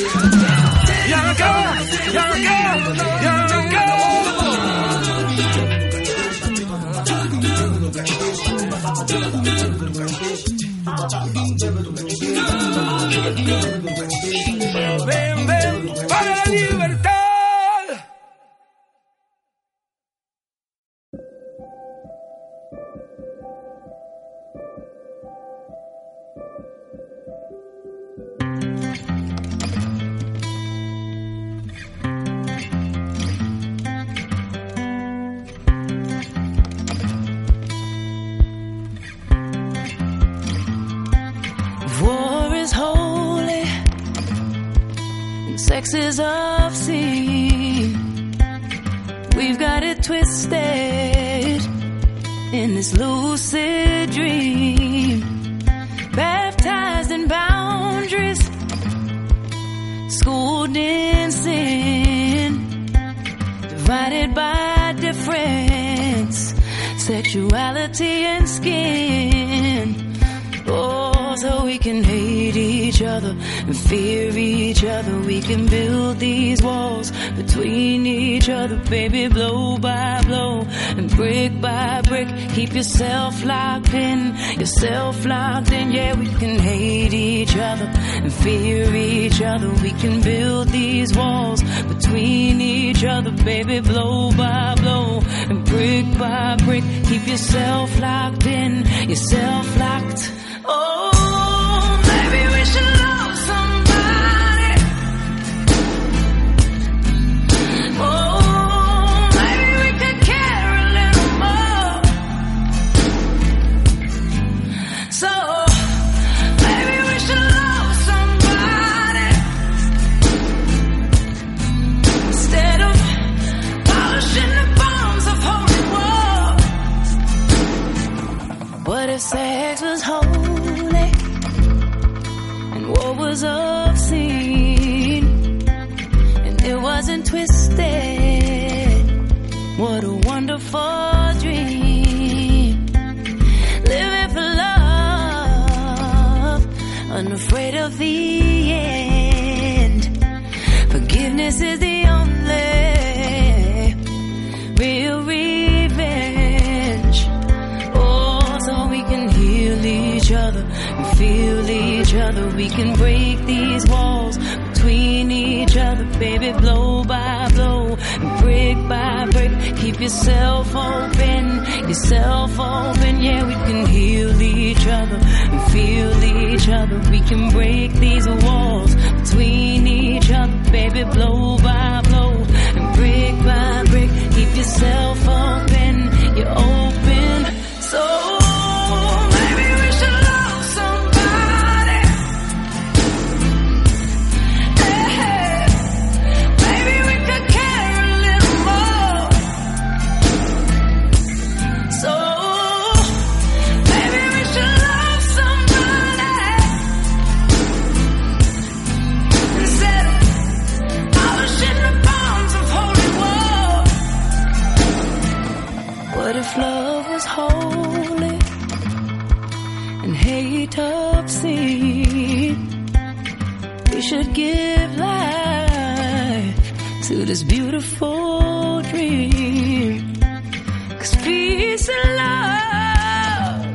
Speaker 4: Young girl, young girl, young girl. Ven, ven, para la libertad.
Speaker 9: War is holy, and sex is obscene. We've got it twisted in this lucid dream. Baptized in boundaries, schooled in sin, divided by difference, sexuality and skin. Oh, so we can hate each other and fear each other. We can build these walls between each other, baby, blow by blow and brick by brick. Keep yourself locked in, yourself locked in. Yeah, we can hate each other and fear each other. We can build these walls between each other, baby, blow by blow and brick by brick. Keep yourself locked in, yourself locked. Oh, maybe we should love Oh, was obscene and it wasn't twisted. What a wonderful dream. Living for love, unafraid of the end. Forgiveness is the only real revenge. Oh, so we can heal each other and feel each other. We can break these walls between each other, baby, blow by blow, and brick by brick. Keep yourself open, yourself open. Yeah, we can heal each other and feel each other. We can break these walls between each other, baby, blow by blow, and brick by brick. Keep yourself open, you're open. So maybe we should love somebody. Hey, maybe we could care a little more. So maybe we should love somebody instead of polishing the bombs of holy war. What if love was holy and hate obscene? We should give life to this beautiful dream. Cause peace and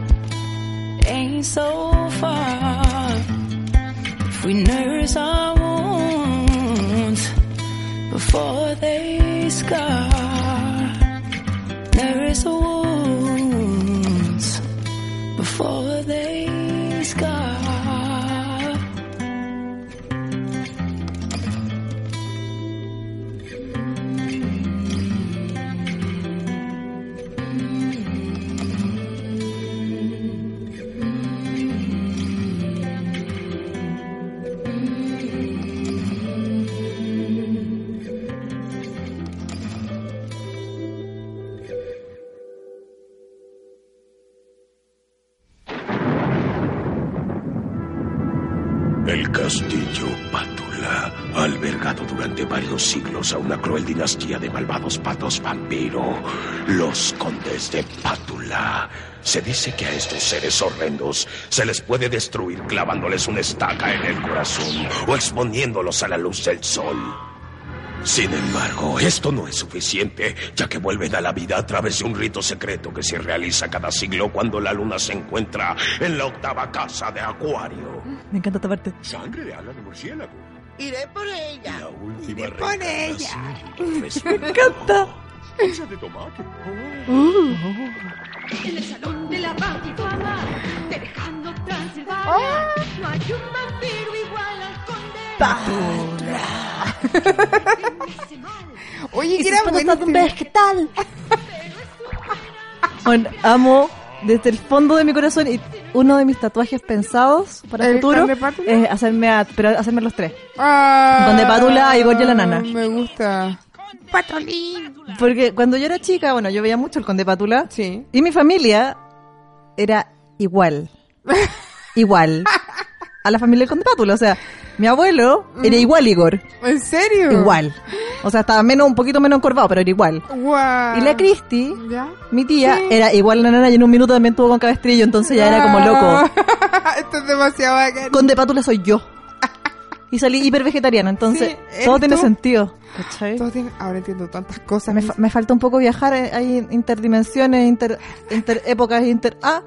Speaker 9: love ain't so far. If we nurse our wounds before they scar, nurse the wounds before they scar.
Speaker 10: El castillo Pátula ha albergado durante varios siglos a una cruel dinastía de malvados patos vampiro, los condes de Pátula. Se dice que a estos seres horrendos se les puede destruir clavándoles una estaca en el corazón o exponiéndolos a la luz del sol. Sin embargo, esto no es suficiente, ya que vuelven a la vida a través de un rito secreto que se realiza cada siglo cuando la luna se encuentra en la octava casa de Acuario.
Speaker 3: Me encanta esta parte.
Speaker 10: Sangre de ala de murciélago.
Speaker 4: Iré por ella.
Speaker 10: La última
Speaker 2: Y pon ella.
Speaker 10: Me encanta. de tomate.
Speaker 2: Uh.
Speaker 11: En el salón de la Vaticana, de Alejandro Transilvania,
Speaker 2: Ah.
Speaker 11: no hay un vampiro igual al conde. Ese mal,
Speaker 2: Oye, que
Speaker 3: Y
Speaker 2: era
Speaker 3: sus patas de un
Speaker 2: buenísimo.
Speaker 3: vegetal. Bueno, amo desde el fondo de mi corazón y uno de mis tatuajes pensados para
Speaker 2: ¿El
Speaker 3: el futuro
Speaker 2: pan de pátula?
Speaker 3: es hacerme a, pero hacerme los tres.
Speaker 2: Ah, Mm.
Speaker 3: Donde Padula y Gorgio la nana.
Speaker 2: Me gusta. Patolín.
Speaker 3: Porque cuando yo era chica, bueno, yo veía mucho el Conde Pátula
Speaker 2: Sí.
Speaker 3: y mi familia era igual. igual. A la familia del Conde Pátula, o sea, mi abuelo era igual Igor,
Speaker 2: Mm. ¿En serio?
Speaker 3: igual. O sea, estaba menos un poquito menos encorvado, pero era igual.
Speaker 2: Guau.
Speaker 3: Y la Cristi,
Speaker 2: ¿Ya?
Speaker 3: mi tía,
Speaker 2: Sí.
Speaker 3: era igual a la nana y en un minuto también tuvo con cabestrillo, entonces ya era como loco.
Speaker 2: Ah, Esto es demasiado bacán.
Speaker 3: Conde Pátula soy yo. Y salí hiper vegetariana, entonces
Speaker 2: Sí, eres
Speaker 3: todo tiene
Speaker 2: tú.
Speaker 3: sentido. ¿Cachai?
Speaker 2: Todo tiene- Ahora entiendo tantas cosas.
Speaker 3: Me, fa- me falta un poco viajar, eh, hay interdimensiones, inter, inter épocas, inter... Ah,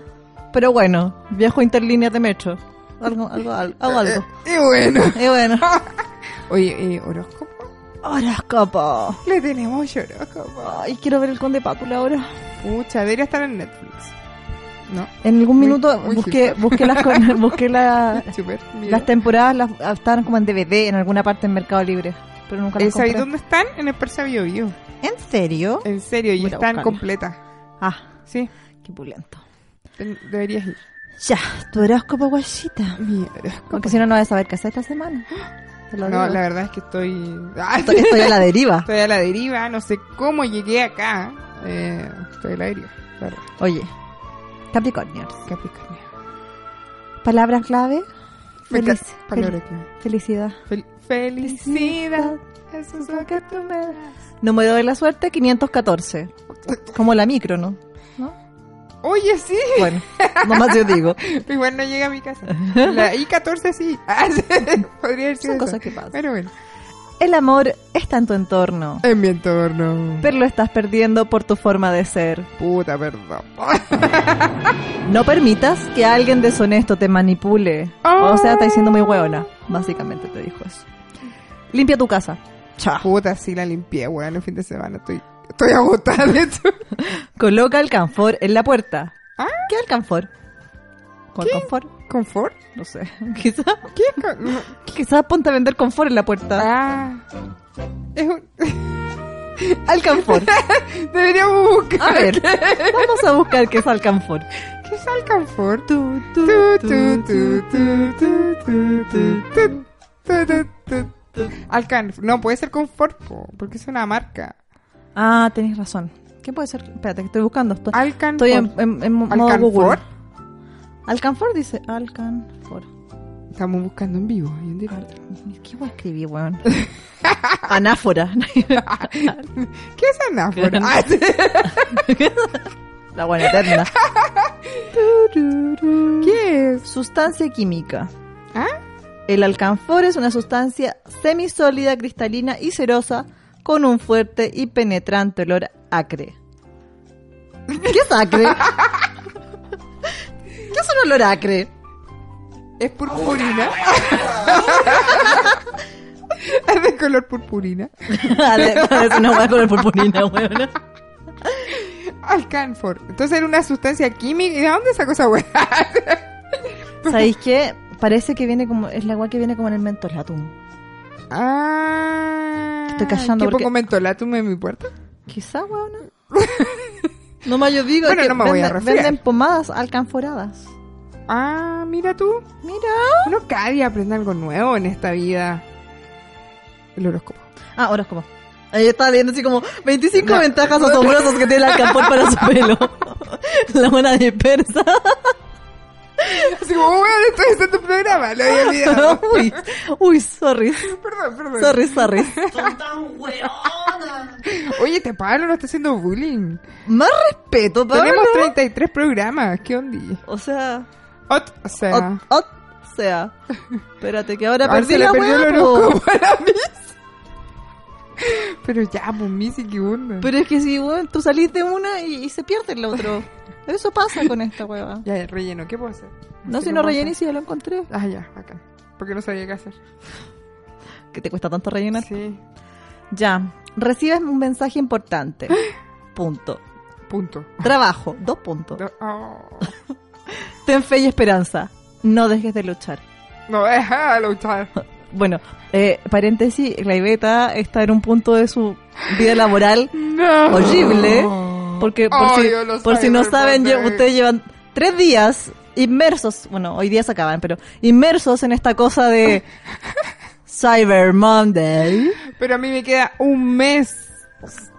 Speaker 3: pero bueno, viajo interlíneas de metro. Algo, algo, algo, hago algo.
Speaker 2: Y bueno.
Speaker 3: Y bueno,
Speaker 2: Oye, eh, horóscopo.
Speaker 3: horóscopo.
Speaker 2: Le tenemos horóscopo.
Speaker 3: Ay, quiero ver el Conde Pátula ahora.
Speaker 2: Pucha, debería estar en Netflix. ¿No?
Speaker 3: En algún
Speaker 2: Muy-
Speaker 3: minuto
Speaker 2: muy
Speaker 3: busqué,
Speaker 2: hipster.
Speaker 3: busqué las, con- busqué la-
Speaker 2: Super. mira.
Speaker 3: las temporadas, las ah, estaban como en DVD en alguna parte en Mercado Libre, pero nunca
Speaker 2: Eh,
Speaker 3: las
Speaker 2: ¿Sabéis
Speaker 3: compré.
Speaker 2: dónde están? En el Persa Bio Bio.
Speaker 3: ¿En serio?
Speaker 2: En serio, y
Speaker 3: Voy a
Speaker 2: están
Speaker 3: buscarla.
Speaker 2: completas.
Speaker 3: Ah,
Speaker 2: Sí,
Speaker 3: qué pulento.
Speaker 2: ten- deberías ir.
Speaker 3: Ya, tu horóscopo guachita.
Speaker 2: Mi horóscopo.
Speaker 3: Porque si no, no vas a saber qué hacer esta semana. Te lo
Speaker 2: No,
Speaker 3: digo.
Speaker 2: la verdad es que estoy... Ah,
Speaker 3: Estoy, estoy a la deriva.
Speaker 2: Estoy a la deriva, no sé cómo llegué acá. Eh, estoy a la deriva, la verdad.
Speaker 3: Oye, Capricornios.
Speaker 2: Capricornio.
Speaker 3: Palabras clave:
Speaker 2: Me
Speaker 3: Feliz-
Speaker 2: encanta. Paloreta.
Speaker 3: Felicidad.
Speaker 2: Fel- felicidad. Eso es lo que tú me das.
Speaker 3: Número de la suerte, 514. Como la micro, ¿no?
Speaker 2: Oye, sí.
Speaker 3: Bueno, nomás yo digo.
Speaker 2: Igual no llega a mi casa. La I-14 sí. Ah, sí. Podría haber sido
Speaker 3: Son
Speaker 2: eso.
Speaker 3: cosas que pasan.
Speaker 2: Pero bueno.
Speaker 3: El amor está en tu entorno,
Speaker 2: En mi entorno.
Speaker 3: pero lo estás perdiendo por tu forma de ser.
Speaker 2: Puta, perdón.
Speaker 3: No permitas que alguien deshonesto te manipule.
Speaker 2: Ah.
Speaker 3: O sea, está diciendo muy hueona. Básicamente te dijo eso. Limpia tu casa. Chao.
Speaker 2: Puta, sí la limpié, weón, el fin de semana. Estoy, estoy agotada de esto.
Speaker 3: Coloca el canfor en la puerta.
Speaker 2: Ah.
Speaker 3: ¿Qué es el canfor? ¿Con
Speaker 2: ¿Qué?
Speaker 3: confort?
Speaker 2: ¿Confort?
Speaker 3: No sé. Quizás
Speaker 2: ¿Qué? co- no.
Speaker 3: quizá ponte a vender confort en la puerta.
Speaker 2: Ah. Es un-
Speaker 3: Al confort.
Speaker 2: Deberíamos buscar.
Speaker 3: A ver, vamos a buscar qué es al confort.
Speaker 2: ¿Qué es el confort?
Speaker 3: Tu, tu,
Speaker 2: Tu,
Speaker 3: tu,
Speaker 2: tu, tu, tu, tu, tu, tu, tu, tu, tu, tu, tu. Alcan, no puede ser confort, po, porque es una marca.
Speaker 3: Ah, tenés razón. ¿Qué puede ser? Espérate, que estoy buscando. Estoy,
Speaker 2: Alcan.
Speaker 3: estoy en, en- en modo
Speaker 2: ¿Alcanfor?
Speaker 3: Google. Alcanfor dice Alcanfor.
Speaker 2: Estamos buscando en vivo. ahí en directo.
Speaker 3: ¿Qué voy a escribir, weón? Anáfora.
Speaker 2: ¿Qué es anáfora? Ah, sí.
Speaker 3: La buena eterna.
Speaker 2: ¿Qué es?
Speaker 3: Sustancia química.
Speaker 2: ¿Ah?
Speaker 3: El alcanfor es una sustancia semisólida, cristalina y cerosa con un fuerte y penetrante olor acre. ¿Qué es acre? ¿Qué es un olor acre?
Speaker 2: ¿Es purpurina? ¿Es de color purpurina?
Speaker 3: es una hueá con el purpurina, weón.
Speaker 2: Alcanfor. Entonces era una sustancia química. ¿Y de dónde sacó esa weá?
Speaker 3: ¿Sabéis qué? Parece que viene como. Es la hueá que viene como en el mentol, el atún.
Speaker 2: Ah.
Speaker 3: Estoy callando
Speaker 2: ¿Qué
Speaker 3: porque-
Speaker 2: poco mentolatum en mi puerta?
Speaker 3: Quizá, weón. No más yo digo
Speaker 2: Bueno,
Speaker 3: que
Speaker 2: no me voy a
Speaker 3: venden-
Speaker 2: resfriar.
Speaker 3: venden pomadas alcanforadas.
Speaker 2: Ah, mira tú.
Speaker 3: Mira.
Speaker 2: Uno cada día aprende algo nuevo en esta vida. El horóscopo.
Speaker 3: Ah, horóscopo. Ahí estaba leyendo así como 25 ventajas asombrosas que tiene el alcanfor para su pelo. La buena dispersa.
Speaker 2: Así como, weón, estoy haciendo un programa. Lo había olvidado.
Speaker 3: uy, uy, sorry.
Speaker 2: perdón, perdón.
Speaker 3: Sorry, sorry.
Speaker 2: Oye, este Pablo no está haciendo bullying.
Speaker 3: Más respeto, Pablo.
Speaker 2: Tenemos 33 programas. ¿Qué onda?
Speaker 3: O sea,
Speaker 2: Ot, o sea,
Speaker 3: ot, ot, sea. Espérate, que ahora
Speaker 2: ahora
Speaker 3: perdí
Speaker 2: Ah, se le
Speaker 3: la
Speaker 2: perdió
Speaker 3: hueá,
Speaker 2: el
Speaker 3: po.
Speaker 2: horóscopo a la Miss. Pero ya, pues, Missy, ¿qué onda?
Speaker 3: Pero es que si, bueno, tú salís de una y, y se pierde el otro. Eso pasa con esta hueva.
Speaker 2: Ya, relleno. ¿Qué puedo hacer?
Speaker 3: No,
Speaker 2: sé
Speaker 3: si
Speaker 2: qué
Speaker 3: no
Speaker 2: puedo
Speaker 3: rellené,
Speaker 2: hacer.
Speaker 3: si ya lo encontré.
Speaker 2: Ah, ya, acá. Porque no sabía qué hacer.
Speaker 3: Que te cuesta tanto rellenar.
Speaker 2: Sí,
Speaker 3: Ya, recibes un mensaje importante. Punto.
Speaker 2: punto.
Speaker 3: Trabajo, dos puntos.
Speaker 2: No, oh.
Speaker 3: Ten fe y esperanza. No dejes de luchar.
Speaker 2: No, deja de luchar.
Speaker 3: Bueno, eh, paréntesis, la Iveta está en un punto de su vida laboral
Speaker 2: No.
Speaker 3: horrible. Porque por,
Speaker 2: Oh,
Speaker 3: si,
Speaker 2: yo lo
Speaker 3: por
Speaker 2: sé,
Speaker 3: si no
Speaker 2: lo
Speaker 3: saben,
Speaker 2: sé.
Speaker 3: lle- ustedes llevan tres días inmersos, bueno, hoy día se acaban, pero inmersos en esta cosa de Cyber Monday.
Speaker 2: Pero a mí me queda un mes.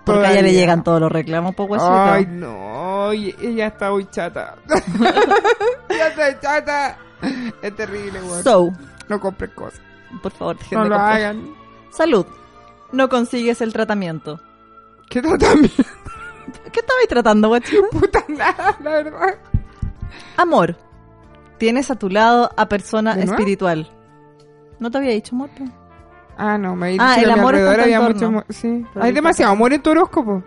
Speaker 3: Porque a ella le
Speaker 2: Todavía.
Speaker 3: llegan todos los reclamos, pues huesito.
Speaker 2: Ay, no. y- Ella está muy chata. ella está chata. Es terrible, weón.
Speaker 3: So,
Speaker 2: No compren cosas.
Speaker 3: por favor, dejen
Speaker 2: No
Speaker 3: de
Speaker 2: lo
Speaker 3: comprar.
Speaker 2: hagan.
Speaker 3: Salud. No consigues el tratamiento.
Speaker 2: ¿Qué tratamiento?
Speaker 3: ¿Qué estabais tratando, guachita?
Speaker 2: Puta nada, la verdad.
Speaker 3: Amor. Tienes a tu lado a persona
Speaker 2: ¿De nuevo?
Speaker 3: espiritual. No te había dicho amor. po?
Speaker 2: Ah, no, me dice
Speaker 3: Ah,
Speaker 2: que
Speaker 3: el
Speaker 2: a mi
Speaker 3: amor está en
Speaker 2: alrededor
Speaker 3: tu
Speaker 2: había mucho
Speaker 3: entorno.
Speaker 2: amor. Sí.
Speaker 3: Pero
Speaker 2: Hay
Speaker 3: ahorita-
Speaker 2: demasiado amor en tu horóscopo.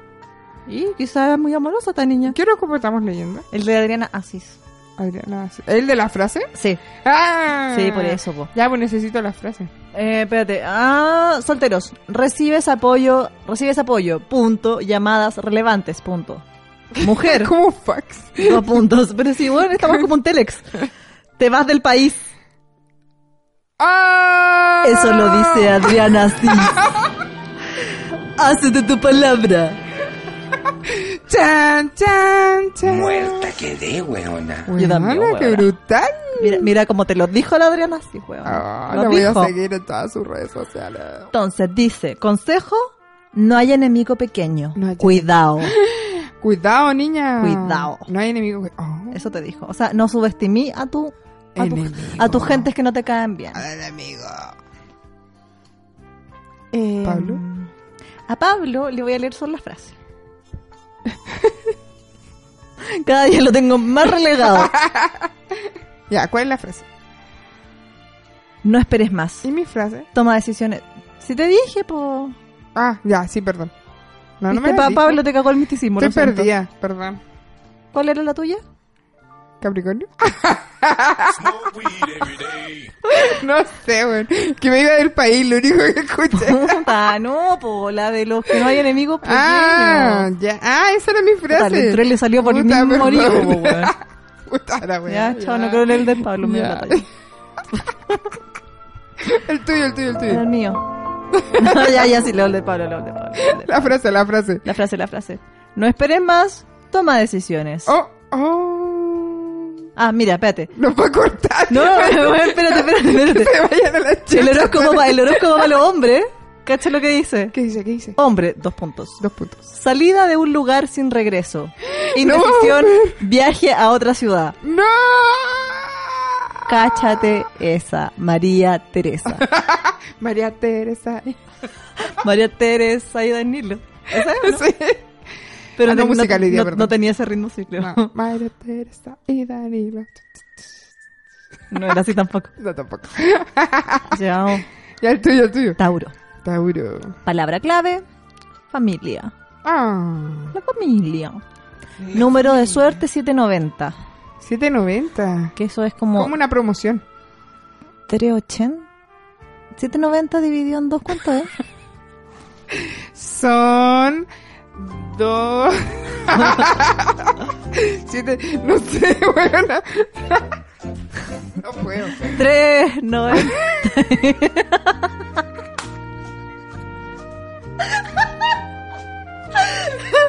Speaker 3: Y quizás es muy amorosa esta niña.
Speaker 2: ¿Qué horóscopo estamos leyendo?
Speaker 3: El de Adriana Asís.
Speaker 2: Adriana, ¿sí? ¿El de la frase?
Speaker 3: Sí,
Speaker 2: ¡Ah!
Speaker 3: sí, por eso. po.
Speaker 2: Ya, pues necesito la frase.
Speaker 3: Eh, espérate. Ah, solteros. Recibes apoyo. Recibes apoyo. Punto. Llamadas relevantes. Punto. Mujer.
Speaker 2: ¿Cómo fax?
Speaker 3: dos puntos. Pero sí, bueno, estamos como un telex. Te vas del país.
Speaker 2: ¡Ah!
Speaker 3: Eso lo dice Adriana Asís. Hazte tu palabra.
Speaker 2: Chan, chan, chan.
Speaker 12: Muerta quedé, weona.
Speaker 2: Weona,
Speaker 3: Yo también,
Speaker 2: qué
Speaker 3: weona.
Speaker 2: brutal.
Speaker 3: Mira, mira como te lo dijo la Adriana, sí, weón.
Speaker 2: Ah,
Speaker 3: Lo
Speaker 2: la voy
Speaker 3: dijo.
Speaker 2: a seguir en todas sus redes sociales.
Speaker 3: Entonces dice, consejo, no hay enemigo pequeño.
Speaker 2: No hay-
Speaker 3: Cuidado.
Speaker 2: Cuidado, niña.
Speaker 3: Cuidado.
Speaker 2: No hay enemigo. que- Oh.
Speaker 3: Eso te dijo. O sea, no subestimí a tu a, tu-
Speaker 2: Enemigo.
Speaker 3: a tus gentes que no te caen bien.
Speaker 2: amigo.
Speaker 3: Eh,
Speaker 2: ¿Pablo?
Speaker 3: A Pablo le voy a leer solo las frases. Cada día lo tengo más relegado.
Speaker 2: Ya, ¿cuál es la frase?
Speaker 3: No esperes más.
Speaker 2: ¿Y mi frase?
Speaker 3: Toma decisiones. Si te dije, po.
Speaker 2: Ah, ya, sí, perdón. No, no me
Speaker 3: Viste,
Speaker 2: la
Speaker 3: pa-
Speaker 2: dijo.
Speaker 3: Pablo te cagó el misticismo.
Speaker 2: Estoy
Speaker 3: lo siento.
Speaker 2: perdida, perdón.
Speaker 3: ¿Cuál era la tuya?
Speaker 2: ¿Capricornio? no sé, weón. Que me iba del país, lo único que escuché.
Speaker 3: Puta, Ah, no, po, la de los que no hay enemigos.
Speaker 2: Ah,
Speaker 3: pequeños.
Speaker 2: ya. Ah, esa era mi frase.
Speaker 3: Puta, le entró y le salió por el
Speaker 2: Puta,
Speaker 3: mismo
Speaker 2: perdón.
Speaker 3: origo, po, weón.
Speaker 2: Puta la weá,
Speaker 3: Ya, chao, no creo en el de Pablo, me dio la
Speaker 2: Ya.
Speaker 3: talla.
Speaker 2: El tuyo, el tuyo, el
Speaker 3: Era
Speaker 2: tuyo.
Speaker 3: Ah, el mío. ya, ya, sí, leo el de Pablo, leo el de Pablo. leo el de
Speaker 2: La frase, la frase.
Speaker 3: La frase, la frase. No esperes más, toma decisiones.
Speaker 2: Oh, oh.
Speaker 3: Ah, mira, espérate.
Speaker 2: Nos va a cortar.
Speaker 3: No, bueno, espérate, espérate, espérate.
Speaker 2: Ah, Se vayan a la chucha.
Speaker 3: El horóscopo, va- el horóscopo para los hombres. ¿Cacha lo que dice?
Speaker 2: ¿Qué dice? ¿Qué dice?
Speaker 3: Hombre, dos puntos.
Speaker 2: Dos puntos.
Speaker 3: Salida de un lugar sin regreso.
Speaker 2: No,
Speaker 3: Indecisión, viaje a otra ciudad.
Speaker 2: ¡No!
Speaker 3: Cáchate esa, María Teresa.
Speaker 2: María Teresa.
Speaker 3: María Teresa y Danilo. ¿Esa es, no?
Speaker 2: Sí.
Speaker 3: Pero
Speaker 2: Ah, no,
Speaker 3: no, no,
Speaker 2: musical hoy día,
Speaker 3: no-
Speaker 2: perdón.
Speaker 3: no tenía ese ritmo, sí, creo.
Speaker 2: No, María Teresa y Danilo.
Speaker 3: No era así tampoco.
Speaker 2: No, tampoco.
Speaker 3: Llevamos
Speaker 2: Ya el tuyo, el tuyo.
Speaker 3: Tauro.
Speaker 2: Tauro.
Speaker 3: Palabra clave, familia.
Speaker 2: Ah,
Speaker 3: La familia. Número de suerte 790.
Speaker 2: 790.
Speaker 3: Que eso es como,
Speaker 2: Como una promoción.
Speaker 3: 380. 790 dividido en dos, ¿cuánto es?
Speaker 2: Son dos. Siete, no sé, buena. No puedo.
Speaker 3: 390.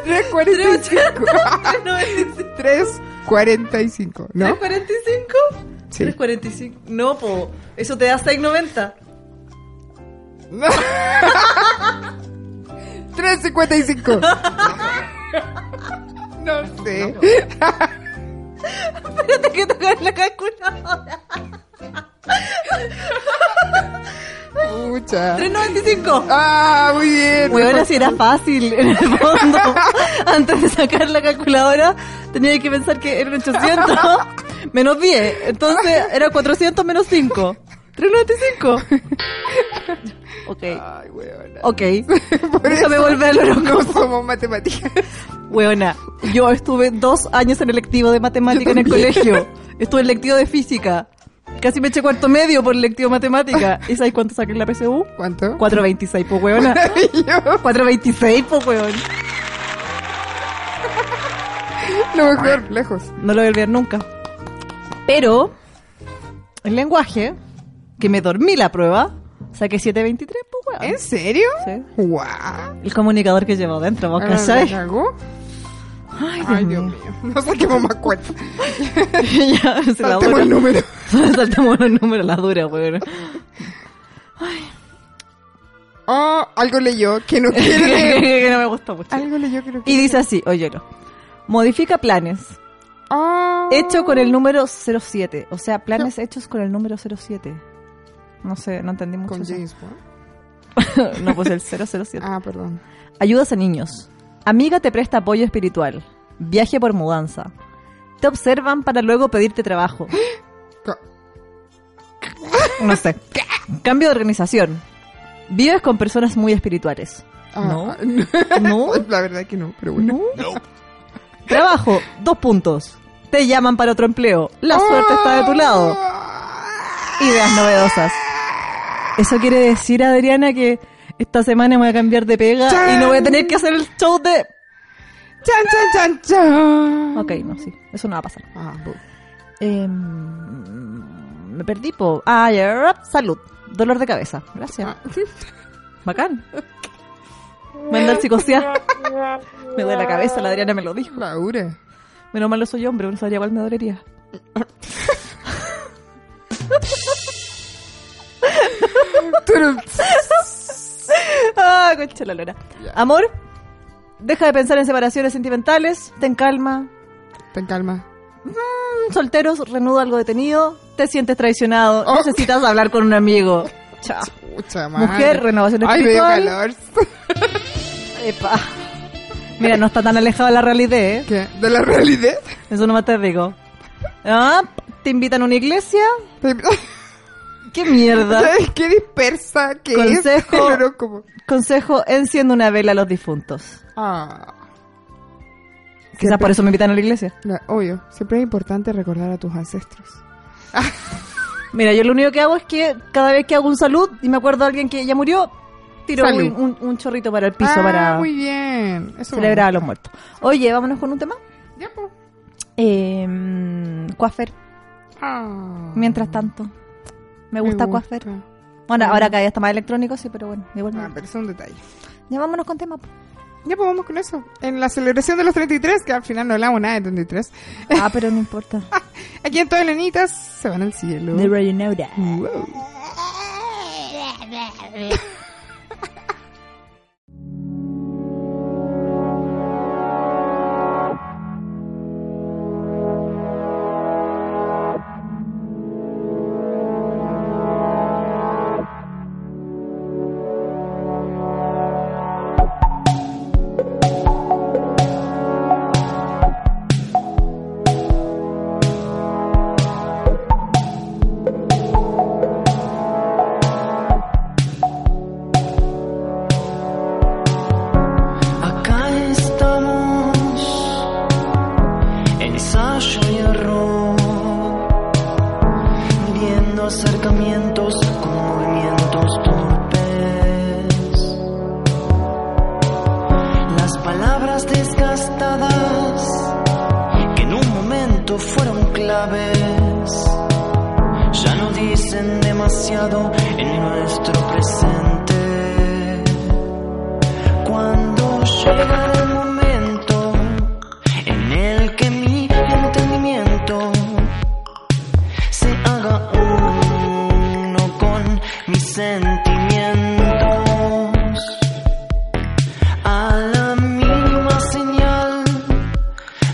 Speaker 2: Tres cuarenta y cinco. Tres cuarenta y cinco, ¿no?
Speaker 3: 345.
Speaker 2: Sí.
Speaker 3: 345. No, po. Eso te da 690.
Speaker 2: Tres cincuenta y cinco. No sé.
Speaker 3: Espérate que tocar la calculadora.
Speaker 2: Pucha.
Speaker 3: 395.
Speaker 2: Ah, muy bien.
Speaker 3: Bueno, si era fácil, en el fondo. Antes de sacar la calculadora, tenía que pensar que eran 800 menos 10. Entonces, era 400 menos 5. 395. Ok,
Speaker 2: Ay, weona.
Speaker 3: ok.
Speaker 2: Por
Speaker 3: Déjame
Speaker 2: eso
Speaker 3: volver al
Speaker 2: No
Speaker 3: horóscopo.
Speaker 2: somos matemáticas.
Speaker 3: Weona, yo estuve dos años en el lectivo de matemática en el colegio. Estuve en lectivo de física. Casi me eché cuarto medio por el lectivo de matemática. ¿Y sabes cuánto saqué en la PSU?
Speaker 2: ¿Cuánto?
Speaker 3: 426, pues, weona. 426, pues, weón.
Speaker 2: Lo mejor, lejos.
Speaker 3: No lo voy a olvidar nunca. Pero, el lenguaje, que me dormí la prueba, saqué 723, pues weón.
Speaker 2: ¿En serio?
Speaker 3: Sí.
Speaker 2: ¡Guau!
Speaker 3: El comunicador que llevo dentro, vos
Speaker 2: Ahora
Speaker 3: cachai.
Speaker 2: ¿Me cagó?
Speaker 3: Ay,
Speaker 2: Ay, Dios mío. No saquemos más cuenta.
Speaker 3: ya, se la
Speaker 2: Saltemos el
Speaker 3: dura.
Speaker 2: número.
Speaker 3: Saltamos los números, la dura, weón.
Speaker 2: Oh, algo leyó que no
Speaker 3: que,
Speaker 2: quiere leer.
Speaker 3: no me gustó mucho.
Speaker 2: Algo leyó que no
Speaker 3: Y
Speaker 2: quiere
Speaker 3: dice así, óyelo. Modifica planes.
Speaker 2: Oh.
Speaker 3: Hecho con el número 07. O sea, planes hechos con el número 07. No sé, no entendí mucho.
Speaker 2: Con
Speaker 3: eso.
Speaker 2: James Bond.
Speaker 3: no, pues el 007.
Speaker 2: Ah, perdón.
Speaker 3: Ayudas a niños. Amiga te presta apoyo espiritual. Viaje por mudanza. Te observan para luego pedirte trabajo.
Speaker 2: Co-
Speaker 3: No sé. Cambio de organización. Vives con personas muy espirituales.
Speaker 2: Ah,
Speaker 3: No.
Speaker 2: La verdad que no, pero bueno.
Speaker 3: Trabajo, dos puntos. Te llaman para otro empleo. La suerte está de tu lado. Ideas novedosas. Eso quiere decir, Adriana, que esta semana me voy a cambiar de pega Ah, y no voy a tener que hacer el show de...
Speaker 2: Chan, chan, chan, chan.
Speaker 3: Ok, no, sí. Eso no va a pasar.
Speaker 2: Ah, bu-
Speaker 3: Em, me perdí, po. Ah, ya, rap, salud. Dolor de cabeza. Gracias.
Speaker 2: Ah.
Speaker 3: Bacán. Mandar psicosia. me duele la cabeza, la Adriana me lo dijo.
Speaker 2: Laura.
Speaker 3: Menos malo soy hombre, uno sabría cuál me dolería.
Speaker 2: Turum.
Speaker 3: Ah, concha la lora. Amor, deja de pensar en separaciones sentimentales, ten calma.
Speaker 2: Ten calma.
Speaker 3: Mm, solteros, renuda algo detenido, te sientes traicionado, necesitas hablar con un amigo. Chao.
Speaker 2: madre.
Speaker 3: Mujer, renovación
Speaker 2: Ay, me dio
Speaker 3: espiritual.
Speaker 2: calor.
Speaker 3: Epa. Mira, no está tan alejado de la realidad, ¿eh?
Speaker 2: ¿Qué? ¿De la realidad?
Speaker 3: Eso nomás te digo. Ah, te invitan a una iglesia. ¿Qué mierda?
Speaker 2: ¿Sabes qué dispersa que es?
Speaker 3: Consejo.
Speaker 2: El horóscopo.
Speaker 3: Consejo, enciende una vela a los difuntos.
Speaker 2: Ah,
Speaker 3: Quizás por eso me invitan a la iglesia.
Speaker 2: no, obvio, siempre es importante recordar a tus ancestros.
Speaker 3: Mira, yo lo único que hago es que cada vez que hago un salud y me acuerdo de alguien que ya murió, tiro
Speaker 2: Salud.
Speaker 3: un, un- un chorrito para el piso
Speaker 2: ah,
Speaker 3: para
Speaker 2: muy bien. Eso
Speaker 3: celebrar a
Speaker 2: me
Speaker 3: los muertos. Oye, vámonos con un tema.
Speaker 2: Ya, po.
Speaker 3: Eh, Coafer,
Speaker 2: gusta. Ah,
Speaker 3: mientras tanto. Me gusta Coafer. Bueno, ahora cada día está más electrónico, sí, pero bueno, igual. me
Speaker 2: Ah,
Speaker 3: gusta.
Speaker 2: pero es un detalle.
Speaker 3: Ya vámonos con tema. po.
Speaker 2: Ya, pues vamos con eso. En la celebración de los 33, que al final no hablamos nada de 33.
Speaker 3: Ah, pero no importa.
Speaker 2: Aquí en todas las niñitas se van al cielo.
Speaker 3: De Radio Nauta.
Speaker 2: Wow. Oh.
Speaker 13: Acá estamos, ensayo y error, viendo acercamientos con movimientos torpes. Las palabras desgastadas que en un momento fueron claves, ya no dicen demasiado en nuestro presente. Cuando llegará el momento en el que mi entendimiento se haga uno con mis sentimientos, a la mínima señal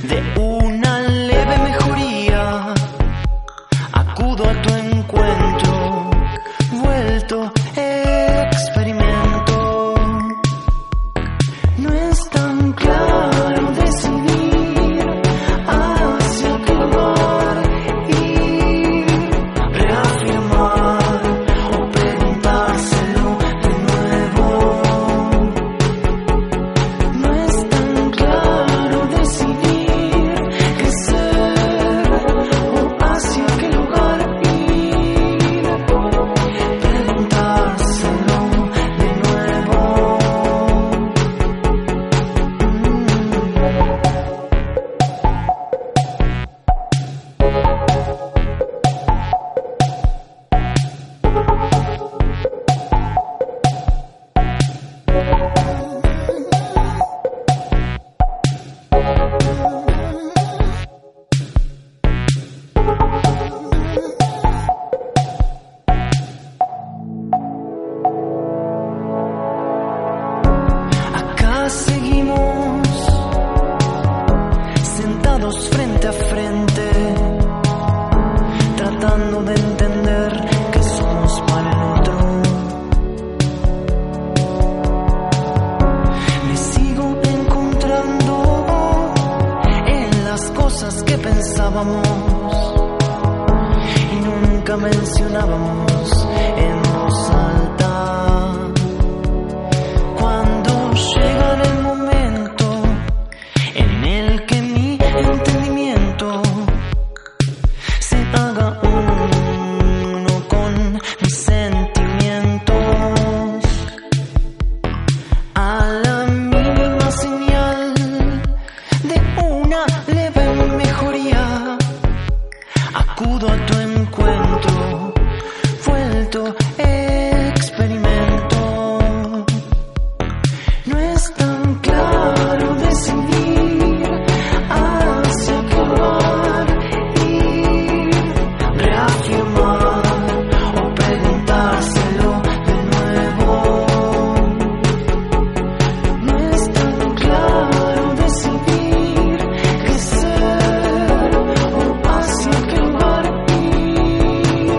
Speaker 13: de una leve mejoría, acudo a tu encuentro, vuelto experimento. No es tan claro decidir hacia qué lugar ir, reafirmar o preguntárselo de nuevo. No es tan claro decidir qué ser o hacia qué lugar ir, preguntárselo de nuevo. Acá seguimos, sentados frente a frente, tratando de entender que somos para el otro. Me sigo encontrando en las cosas que pensábamos y nunca mencionábamos en voz alta. Cuando llega el momento en el que mi entendimiento se haga uno con mis sentimientos, a la mínima señal de una leve mejoría, acudo a tu encuentro, vuelto experimento. No es tan claro decidir hacia qué lugar ir, reafirmar o preguntárselo de nuevo. No es tan é claro um decidir qué ser o hacia qué lugar ir,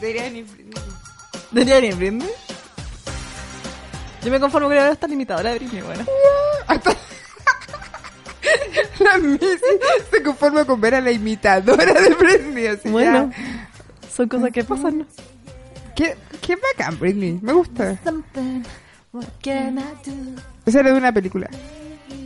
Speaker 2: Debería venir Britney.
Speaker 3: ¿Debería venir Britney? Yo me conformo que ahora está limitadora de Britney, bueno.
Speaker 2: La Missy se conforma con ver a la imitadora de Britney. Así
Speaker 3: Bueno,
Speaker 2: ya.
Speaker 3: son cosas que pasan. ¿no?
Speaker 2: Qué, qué bacán, Britney. Me gusta.
Speaker 3: Something, what can I do?
Speaker 2: Esa era de una película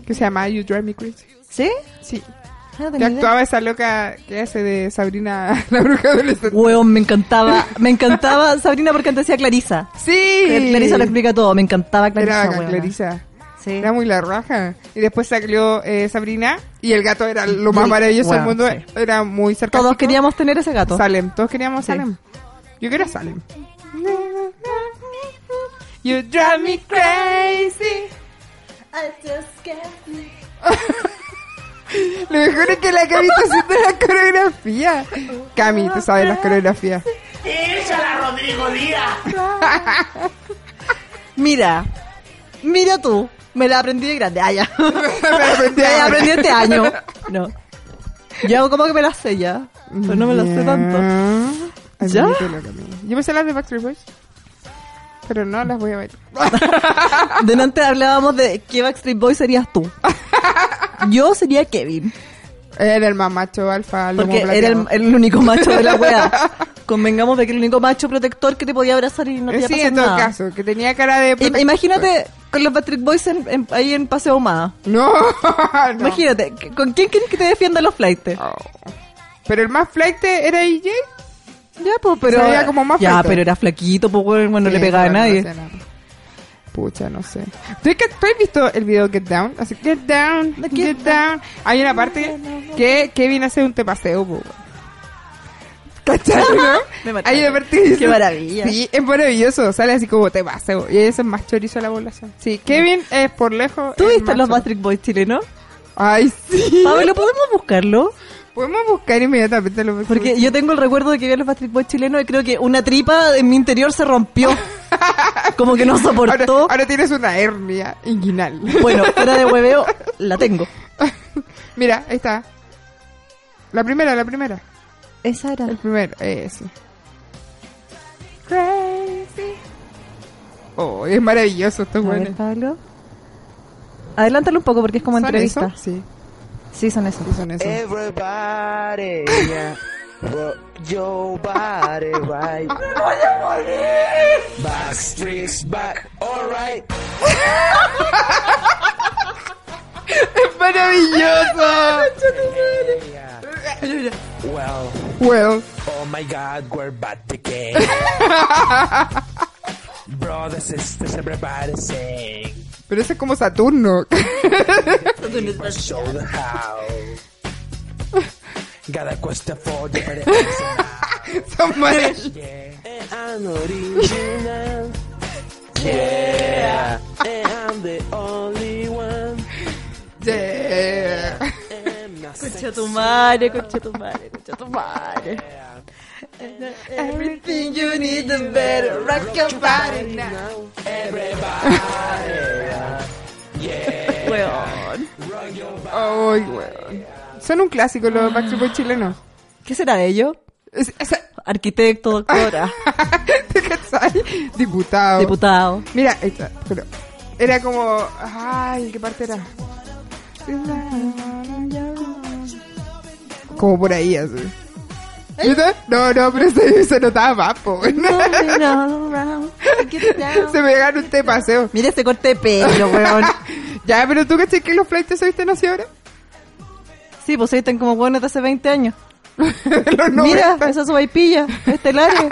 Speaker 2: que se llama You Drive Me Crazy.
Speaker 3: ¿Sí?
Speaker 2: Sí.
Speaker 3: Ah, no
Speaker 2: Que
Speaker 3: tenía idea.
Speaker 2: actuaba esa loca que hace de Sabrina la bruja adolescente.
Speaker 3: Weón, me encantaba, me encantaba Sabrina porque antes decía Clarisa.
Speaker 2: Sí.
Speaker 3: Clarisa lo explica todo, me encantaba Clarisa.
Speaker 2: Era bacán,
Speaker 3: weona.
Speaker 2: Clarisa.
Speaker 3: Sí.
Speaker 2: Era muy la raja. Y después salió eh, Sabrina y el gato era lo más
Speaker 3: Muy-
Speaker 2: maravilloso del
Speaker 3: wow,
Speaker 2: mundo.
Speaker 3: sí.
Speaker 2: Era muy cercano.
Speaker 3: Todos queríamos tener ese gato.
Speaker 2: Salem, todos queríamos
Speaker 3: Sí.
Speaker 2: Salem. Yo quería Salem. You drive me crazy. Lo mejor es que la Cami está haciendo la coreografía. Cami, tú sabes las coreografías.
Speaker 4: ¡Esa la Rodrigo Díaz!
Speaker 3: Mira, mira tú, me la aprendí de grande. Ah, ya.
Speaker 2: Me
Speaker 3: Me
Speaker 2: aprendí
Speaker 3: la
Speaker 2: ahora.
Speaker 3: aprendí este año. No. Yo hago como que me la sé ya, pero no me la sé tanto.
Speaker 2: Ay,
Speaker 3: ¿Ya?
Speaker 2: permítelo, Cami. Yo me sé las de Backstreet Boys. Pero no las voy a ver.
Speaker 3: Delante hablábamos de qué Backstreet Boy serías tú. Yo sería Kevin,
Speaker 2: Era el mamacho alfa. lomo
Speaker 3: porque era el,
Speaker 2: plateado.
Speaker 3: el único macho de la wea. Convengamos de que el único macho protector que te podía abrazar y no te
Speaker 2: Eh,
Speaker 3: iba a
Speaker 2: sí,
Speaker 3: pasar
Speaker 2: en todo
Speaker 3: nada.
Speaker 2: caso, que tenía cara de.
Speaker 3: Im- Imagínate con los Patrick Boys en- en- ahí en Paseo Humada.
Speaker 2: No, no.
Speaker 3: Imagínate, ¿con quién quieres que te defienda los flightes?
Speaker 2: Pero el más flight era DJ.
Speaker 3: Ya, pues, pero.
Speaker 2: Se veía como más
Speaker 3: Ya,
Speaker 2: flaquito.
Speaker 3: pero era flaquito, pues, bueno, no
Speaker 2: Sí,
Speaker 3: le pegaba
Speaker 2: bueno,
Speaker 3: a nadie.
Speaker 2: no sé, no. Pucha, no sé. ¿Tú has, tú has visto el video Get Down? Así, Get Down, Get, down. Hay una parte que Kevin hace un tepaseo, po. ¿Cacharon,
Speaker 3: Me
Speaker 2: no?
Speaker 3: mataron.
Speaker 2: Hay una parte que dice-
Speaker 3: Qué maravilla.
Speaker 2: Sí, es maravilloso. Sale así como tepaseo. Y eso es más chorizo a la población. Sí, Kevin es por lejos.
Speaker 3: ¿Tú
Speaker 2: el
Speaker 3: viste los
Speaker 2: macho.
Speaker 3: Patrick Boys chilenos?
Speaker 2: Ay, sí.
Speaker 3: Pablo, ¿podemos buscarlo?
Speaker 2: Podemos buscar inmediatamente los
Speaker 3: Porque yo tengo el recuerdo de que vi a los Patrick Boys chilenos y creo que una tripa en mi interior se rompió. Como que no
Speaker 2: ahora,
Speaker 3: soportó.
Speaker 2: ahora tienes una hernia inguinal.
Speaker 3: Bueno, fuera de hueveo, la tengo.
Speaker 2: Mira, ahí está. La primera, la primera.
Speaker 3: Esa era.
Speaker 2: El primer, eso. Crazy. Oh, es maravilloso esto,
Speaker 3: A
Speaker 2: bueno.
Speaker 3: ver, Pablo. Adelántalo un poco porque es como
Speaker 2: ¿Son
Speaker 3: entrevista.
Speaker 2: eso? Sí,
Speaker 3: Sí, son esos.
Speaker 2: sí, son eso.
Speaker 13: Everybody, yeah. Work your body right. Backstreet's back, alright.
Speaker 2: ¡Es maravilloso!
Speaker 13: Well,
Speaker 2: well,
Speaker 13: oh my god, we're back again. Brothers, sisters, everybody sing.
Speaker 2: pero ese es como Saturno.
Speaker 13: Show the house. Gotta question for different reasons.
Speaker 2: Son maravillosos.
Speaker 13: Yeah, and I'm original. Yeah, and I'm the only one.
Speaker 2: Yeah.
Speaker 13: And nothing
Speaker 3: Concha tu madre, concha tu madre, concha tu madre. Everything you need is better. Rock your body now.
Speaker 13: now. Everybody.
Speaker 3: Weón.
Speaker 2: Ay, weón. Son un clásico los Backstreet Boys chilenos.
Speaker 3: ¿Qué será de ello?
Speaker 2: Es- es-
Speaker 3: Arquitecto, doctora,
Speaker 2: ¿Te cachai? Diputado.
Speaker 3: diputado.
Speaker 2: Mira, ahí está, pero era como. Ay, ¿qué parte era? Como por ahí, así.
Speaker 3: ¿Eh?
Speaker 2: ¿Viste? No, no, pero se, se notaba más, po.
Speaker 3: Moving all around, get down.
Speaker 2: Se me pegaron un té paseo.
Speaker 3: Mira ese corte de pelo, weón.
Speaker 2: ya, pero tú caché que los flights se visten así ahora.
Speaker 3: Sí, pues ahí están como weones de hace 20 años.
Speaker 2: los
Speaker 3: Mira,
Speaker 2: 90.
Speaker 3: esa es su vaipilla, estelares.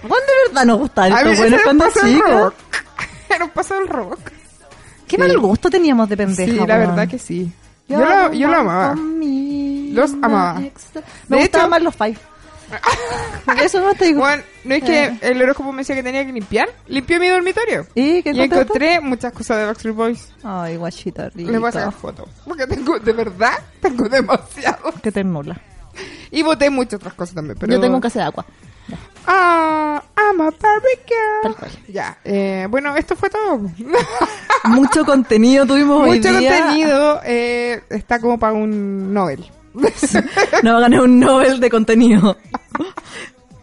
Speaker 3: ¿Cuándo este de verdad nos gustaban
Speaker 2: A mí
Speaker 3: estos
Speaker 2: ese
Speaker 3: weones
Speaker 2: era un
Speaker 3: cuando
Speaker 2: paso del
Speaker 3: chicos?
Speaker 2: rock. Era un paso del rock.
Speaker 3: Qué mal gusto teníamos de pendeja,
Speaker 2: sí, la
Speaker 3: weón.
Speaker 2: verdad que sí. Yo lo, yo lo amaba. Los amaba.
Speaker 3: Me
Speaker 2: De
Speaker 3: gustaban
Speaker 2: hecho-
Speaker 3: más los Five. Eso no te digo. Eh.
Speaker 2: Bueno, no es que el horóscopo me decía que tenía que limpiar. Limpié mi dormitorio.
Speaker 3: ¿Y qué
Speaker 2: Y encontré muchas cosas de Backstreet Boys.
Speaker 3: Ay, guachita rica.
Speaker 2: Les voy a sacar fotos. Porque tengo, de verdad, tengo demasiado.
Speaker 3: Qué ternura.
Speaker 2: Y voté muchas otras cosas también. Pero...
Speaker 3: Yo tengo un caso de agua.
Speaker 2: Ah, I'm a Barbie girl.
Speaker 3: Tal cual.
Speaker 2: Ya. Eh, bueno, esto fue todo.
Speaker 3: Mucho contenido tuvimos hoy
Speaker 2: Mucho
Speaker 3: día.
Speaker 2: contenido. eh, está como para un Nobel.
Speaker 3: Nos va a ganar un Nobel de contenido.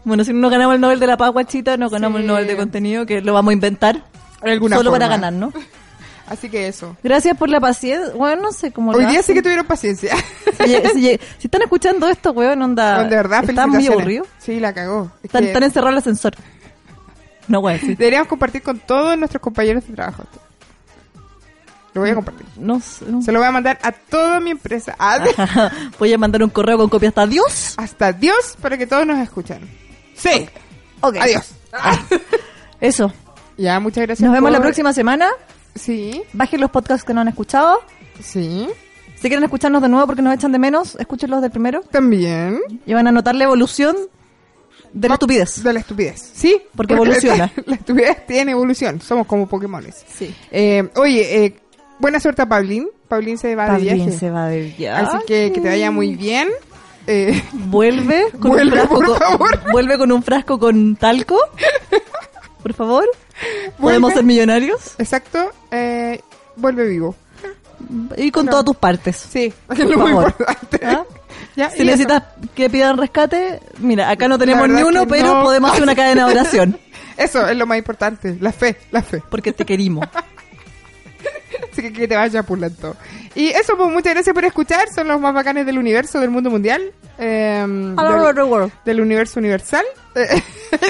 Speaker 3: Bueno, si no ganamos el Nobel de la Paz, guachita, no ganamos
Speaker 2: Sí.
Speaker 3: el Nobel de contenido, que lo vamos a inventar.
Speaker 2: De alguna
Speaker 3: solo para
Speaker 2: forma.
Speaker 3: ganar, ¿no?
Speaker 2: Así que eso.
Speaker 3: Gracias por la paciencia. Bueno, no sé cómo lo
Speaker 2: Hoy día
Speaker 3: hacen.
Speaker 2: sí que tuvieron paciencia.
Speaker 3: Si, lle- si lle- si están escuchando esto, weón, onda.
Speaker 2: No, de verdad,
Speaker 3: Están Ah, muy
Speaker 2: felicitaciones.
Speaker 3: aburridos.
Speaker 2: Sí, la cagó. Es
Speaker 3: Están,
Speaker 2: que
Speaker 3: están encerrados en el ascensor. No, weón. sí.
Speaker 2: Deberíamos compartir con todos nuestros compañeros de trabajo. Lo voy a compartir.
Speaker 3: No sé.
Speaker 2: Se lo voy a mandar a toda mi empresa. A-
Speaker 3: Voy a mandar un correo con copia hasta Dios.
Speaker 2: Hasta Dios para que todos nos escuchen. Sí.
Speaker 3: Ok.
Speaker 2: Adiós.
Speaker 3: Eso.
Speaker 2: Ya, muchas gracias.
Speaker 3: Nos vemos
Speaker 2: por-
Speaker 3: la próxima semana.
Speaker 2: Sí.
Speaker 3: Bajen los podcasts que no han escuchado.
Speaker 2: Sí.
Speaker 3: Si quieren escucharnos de nuevo porque nos echan de menos, escúchenlos del primero.
Speaker 2: También.
Speaker 3: Y van a notar la evolución de la estupidez.
Speaker 2: De la estupidez. Sí.
Speaker 3: Porque evoluciona.
Speaker 2: La, estupidez tiene evolución. Somos como Pokémones.
Speaker 3: Sí.
Speaker 2: Eh, oye, eh, buena suerte a Paulín. Paulín se va de
Speaker 3: También
Speaker 2: viaje.
Speaker 3: se va de viaje.
Speaker 2: Así que que te vaya muy bien. Eh,
Speaker 3: Vuelve con
Speaker 2: Vuelve,
Speaker 3: un frasco
Speaker 2: por
Speaker 3: con, vuelve con un frasco con talco. Por favor. Podemos
Speaker 2: Vuelve.
Speaker 3: ser millonarios.
Speaker 2: exacto. eh, vuelve vivo.
Speaker 3: Y con
Speaker 2: No.
Speaker 3: todas tus partes.
Speaker 2: Sí,
Speaker 3: Por
Speaker 2: es lo muy
Speaker 3: favor.
Speaker 2: importante.
Speaker 3: ¿Ah?
Speaker 2: Ya,
Speaker 3: Si
Speaker 2: y eso.
Speaker 3: necesitas que pidan rescate, mira, acá no tenemos
Speaker 2: La
Speaker 3: ni
Speaker 2: verdad es
Speaker 3: uno,
Speaker 2: que
Speaker 3: pero
Speaker 2: no.
Speaker 3: podemos hacer una cadena de oración.
Speaker 2: Eso es lo más importante, la fe, la fe.
Speaker 3: Porque te querimos.
Speaker 2: Así que que te vaya pulando. Y eso, pues muchas gracias por escuchar. Son los más bacanes del universo, del mundo mundial. eh,
Speaker 3: All
Speaker 2: del,
Speaker 3: over the world.
Speaker 2: del universo universal. Eh,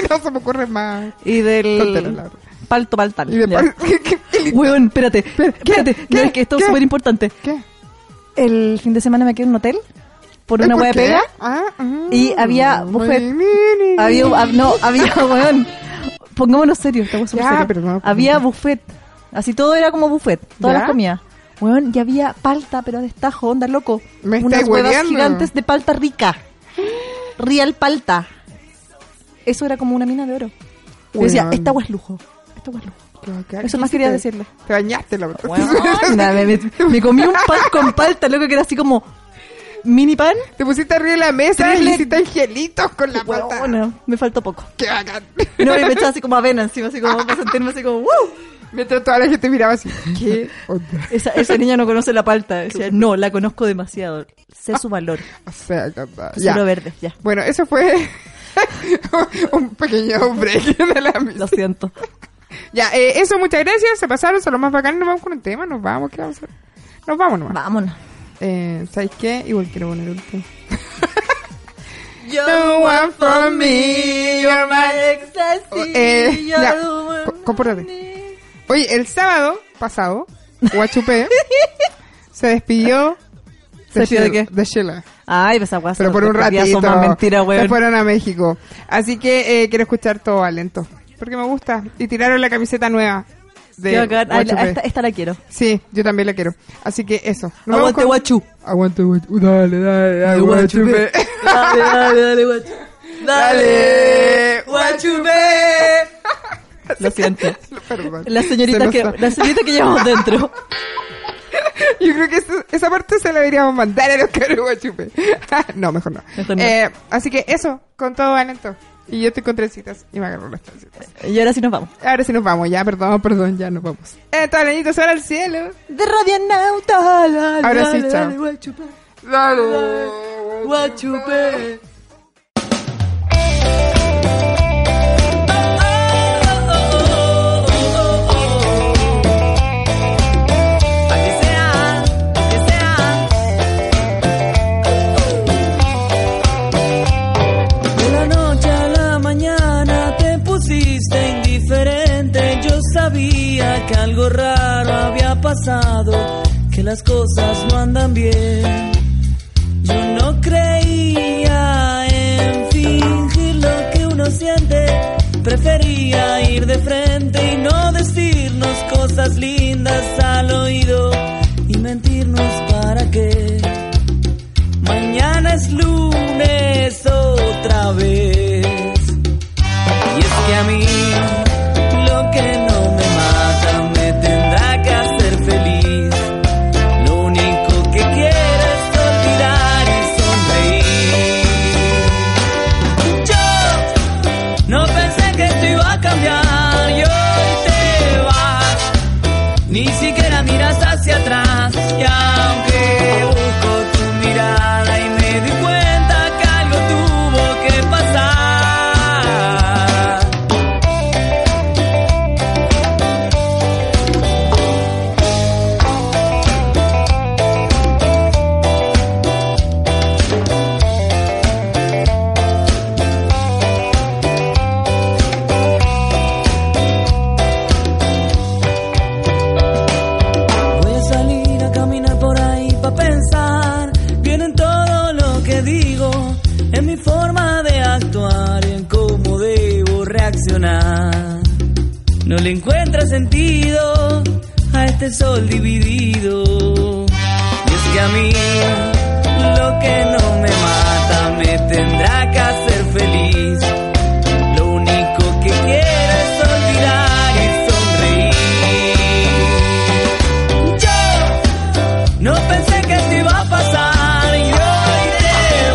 Speaker 2: no se me ocurre más.
Speaker 3: Y
Speaker 2: Tontera, la
Speaker 3: del
Speaker 2: verdad.
Speaker 3: palto paltal.
Speaker 2: Y de
Speaker 3: Ya.
Speaker 2: par- ¿Qué, qué- qué li-
Speaker 3: Huevón, espérate, espérate, no, es que esto es
Speaker 2: ¿Qué?
Speaker 3: súper importante.
Speaker 2: qué?
Speaker 3: El fin de semana me quedé en un hotel por
Speaker 2: ¿Eh,
Speaker 3: una
Speaker 2: por
Speaker 3: hueá
Speaker 2: qué?
Speaker 3: pega
Speaker 2: Ah, mm.
Speaker 3: y había buffet. Había, hab- no, había, huevón. Pongámonos serios, estamos súper
Speaker 2: Ya,
Speaker 3: serios.
Speaker 2: pero no,
Speaker 3: Había buffet. Así todo era como buffet, todas
Speaker 2: ¿Ya?
Speaker 3: las comidas. Huevón, y había palta, pero de estajo, onda loco.
Speaker 2: Me
Speaker 3: Unas
Speaker 2: estáis
Speaker 3: huevas
Speaker 2: hueveando.
Speaker 3: gigantes de palta rica. Real palta. Eso era como una mina de oro. Yo decía,
Speaker 2: Huevón.
Speaker 3: esta agua es lujo. Esta agua es lujo. Eso más
Speaker 2: ¿Qué
Speaker 3: quería
Speaker 2: hiciste?
Speaker 3: decirle.
Speaker 2: Te bañaste la verdad.
Speaker 3: Onda, me, me- me comí un pan con palta, loco, que era así como mini pan.
Speaker 2: Te pusiste arriba de la mesa
Speaker 3: Triple-
Speaker 2: y hiciste angelitos con la pata.
Speaker 3: Bueno, me faltó poco.
Speaker 2: ¡Qué bacán!
Speaker 3: Y no, y me echaba así como avena encima, así como para sentirme así como ¡wow!
Speaker 2: Mientras toda la gente miraba así. ¿Qué onda?
Speaker 3: Esa, esa niña no conoce la palta. Decía, no, la conozco demasiado. Sé su valor.
Speaker 2: O sea, qué onda.
Speaker 3: Cero
Speaker 2: ah, Ya.
Speaker 3: verde, ya.
Speaker 2: Bueno, eso fue un pequeño break de la
Speaker 3: Lo
Speaker 2: misa.
Speaker 3: siento.
Speaker 2: Ya, eh, eso, muchas gracias. Se pasaron, son los más bacanes. Nos vamos con un tema, nos vamos. ¿Qué vamos a hacer? Nos vamos nomás.
Speaker 3: Vámonos.
Speaker 2: Eh, ¿Sabes qué? Igual quiero poner un tema.
Speaker 3: Yo
Speaker 2: No one for me, you're my
Speaker 3: ecstasy.
Speaker 2: Eh, ya, co- compórtate. Oye, el sábado pasado, Guachupé se despidió.
Speaker 3: ¿Se despidió de
Speaker 2: Sheila-
Speaker 3: qué?
Speaker 2: De Sheila.
Speaker 3: Ay, esa guasa.
Speaker 2: Pero por un ratito.
Speaker 3: Son más mentiras,
Speaker 2: se
Speaker 3: weón.
Speaker 2: fueron a México. Así que eh, quiero escuchar todo lento. Porque me gusta. Y tiraron la camiseta nueva. De
Speaker 3: Qué bacán. Ay, la-
Speaker 2: Guachupé.
Speaker 3: ah, esta, esta la quiero.
Speaker 2: Sí, yo también la quiero. Así que eso. Nos vemos
Speaker 3: Aguante,
Speaker 2: con-
Speaker 3: guachu.
Speaker 2: Aguante, guachu. Uh, Dale, dale, dale, guachupé.
Speaker 3: Dale, dale, dale, guachu.
Speaker 2: Dale,
Speaker 3: Eh, guachupé. Lo siento.
Speaker 2: Perdón.
Speaker 3: La
Speaker 2: Se
Speaker 3: señorita
Speaker 2: nos
Speaker 3: que,
Speaker 2: sa-
Speaker 3: la señorita que llevamos dentro.
Speaker 2: Yo creo que eso- esa parte se la deberíamos mandar a los caros chupe. no, mejor no.
Speaker 3: Mejor no.
Speaker 2: Eh, así que eso, con todo valento. Y yo estoy con trencitas y me agarro las trencitas.
Speaker 3: Y ahora sí nos vamos.
Speaker 2: Ahora sí nos vamos, ya, perdón, perdón, ya nos vamos. Eh, todo ahora al cielo.
Speaker 3: De radionauta. la, la,
Speaker 2: Ahora sí,
Speaker 3: la,
Speaker 2: chao.
Speaker 3: la, guachupé.
Speaker 2: Dale.
Speaker 3: Guachupé.
Speaker 14: Pa' que sea, pa' que sea. De la noche a la mañana te pusiste indiferente. Yo sabía que algo raro había pasado, que las cosas no andan bien. Yo no creía en fingir lo que uno siente. Prefería ir de frente y no decirnos cosas lindas al oído y mentirnos para qué. Mañana es lunes otra vez. Y es que a mí lo que no me mata me tendrá que hacer feliz. Lo único que quiero es olvidar y sonreír. Yo no pensé que esto iba a cambiar y hoy te vas. Ni siquiera miras hacia atrás y aunque busco tu mirada y me di cuenta que algo tuvo que pasar. digo, en mi forma de actuar y en cómo debo reaccionar. No le encuentra sentido a este sol dividido. Y es que a mí lo que no me mata me tendrá que hacer feliz. Lo único que quiero es olvidar y sonreír. Yo no pensé que esto iba a pasar y hoy te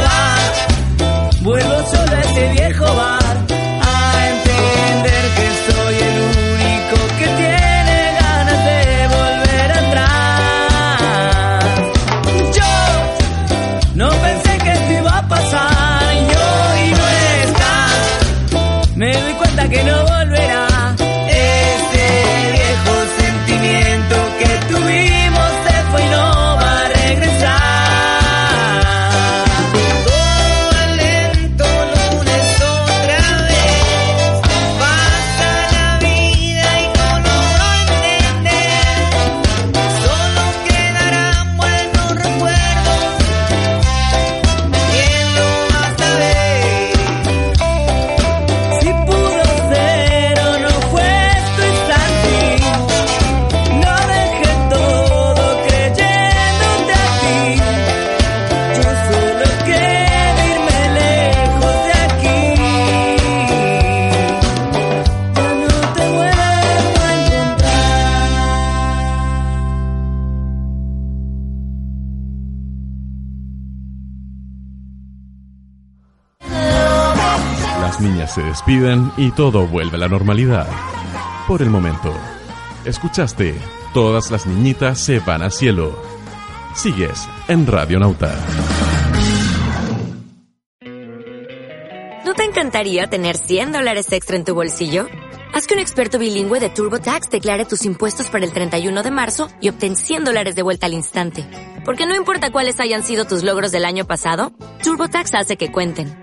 Speaker 14: vas. Vuelvo sola a este viejo bar a entender que soy el único que tiene ganas de volver atrás. Yo no pensé que esto iba a pasar y hoy no estás. Me doy cuenta que no volverá ese viejo sentimiento que tuvimos se fue y no va a regresar. Todo lento lunes otra vez pasa la vida y no logro entender. Solo quedarán buenos recuerdos. ¿Quién lo va a saber? Si pudo ser o no fue tu instante, no dejé todo creyéndote a ti. Yo solo quiero irme lejos de aquí. Ya no te vuelvo a encontrar.
Speaker 1: Las niñas se despiden y todo vuelve a la normalidad. Por el momento. Escuchaste, todas las niñitas se van al cielo. Sigues en Radio Nauta.
Speaker 15: ¿No te encantaría tener 100 dólares extra en tu bolsillo? Haz que un experto bilingüe de TurboTax declare tus impuestos para el 31 de marzo y obtén 100 dólares de vuelta al instante. Porque no importa cuáles hayan sido tus logros del año pasado, TurboTax hace que cuenten.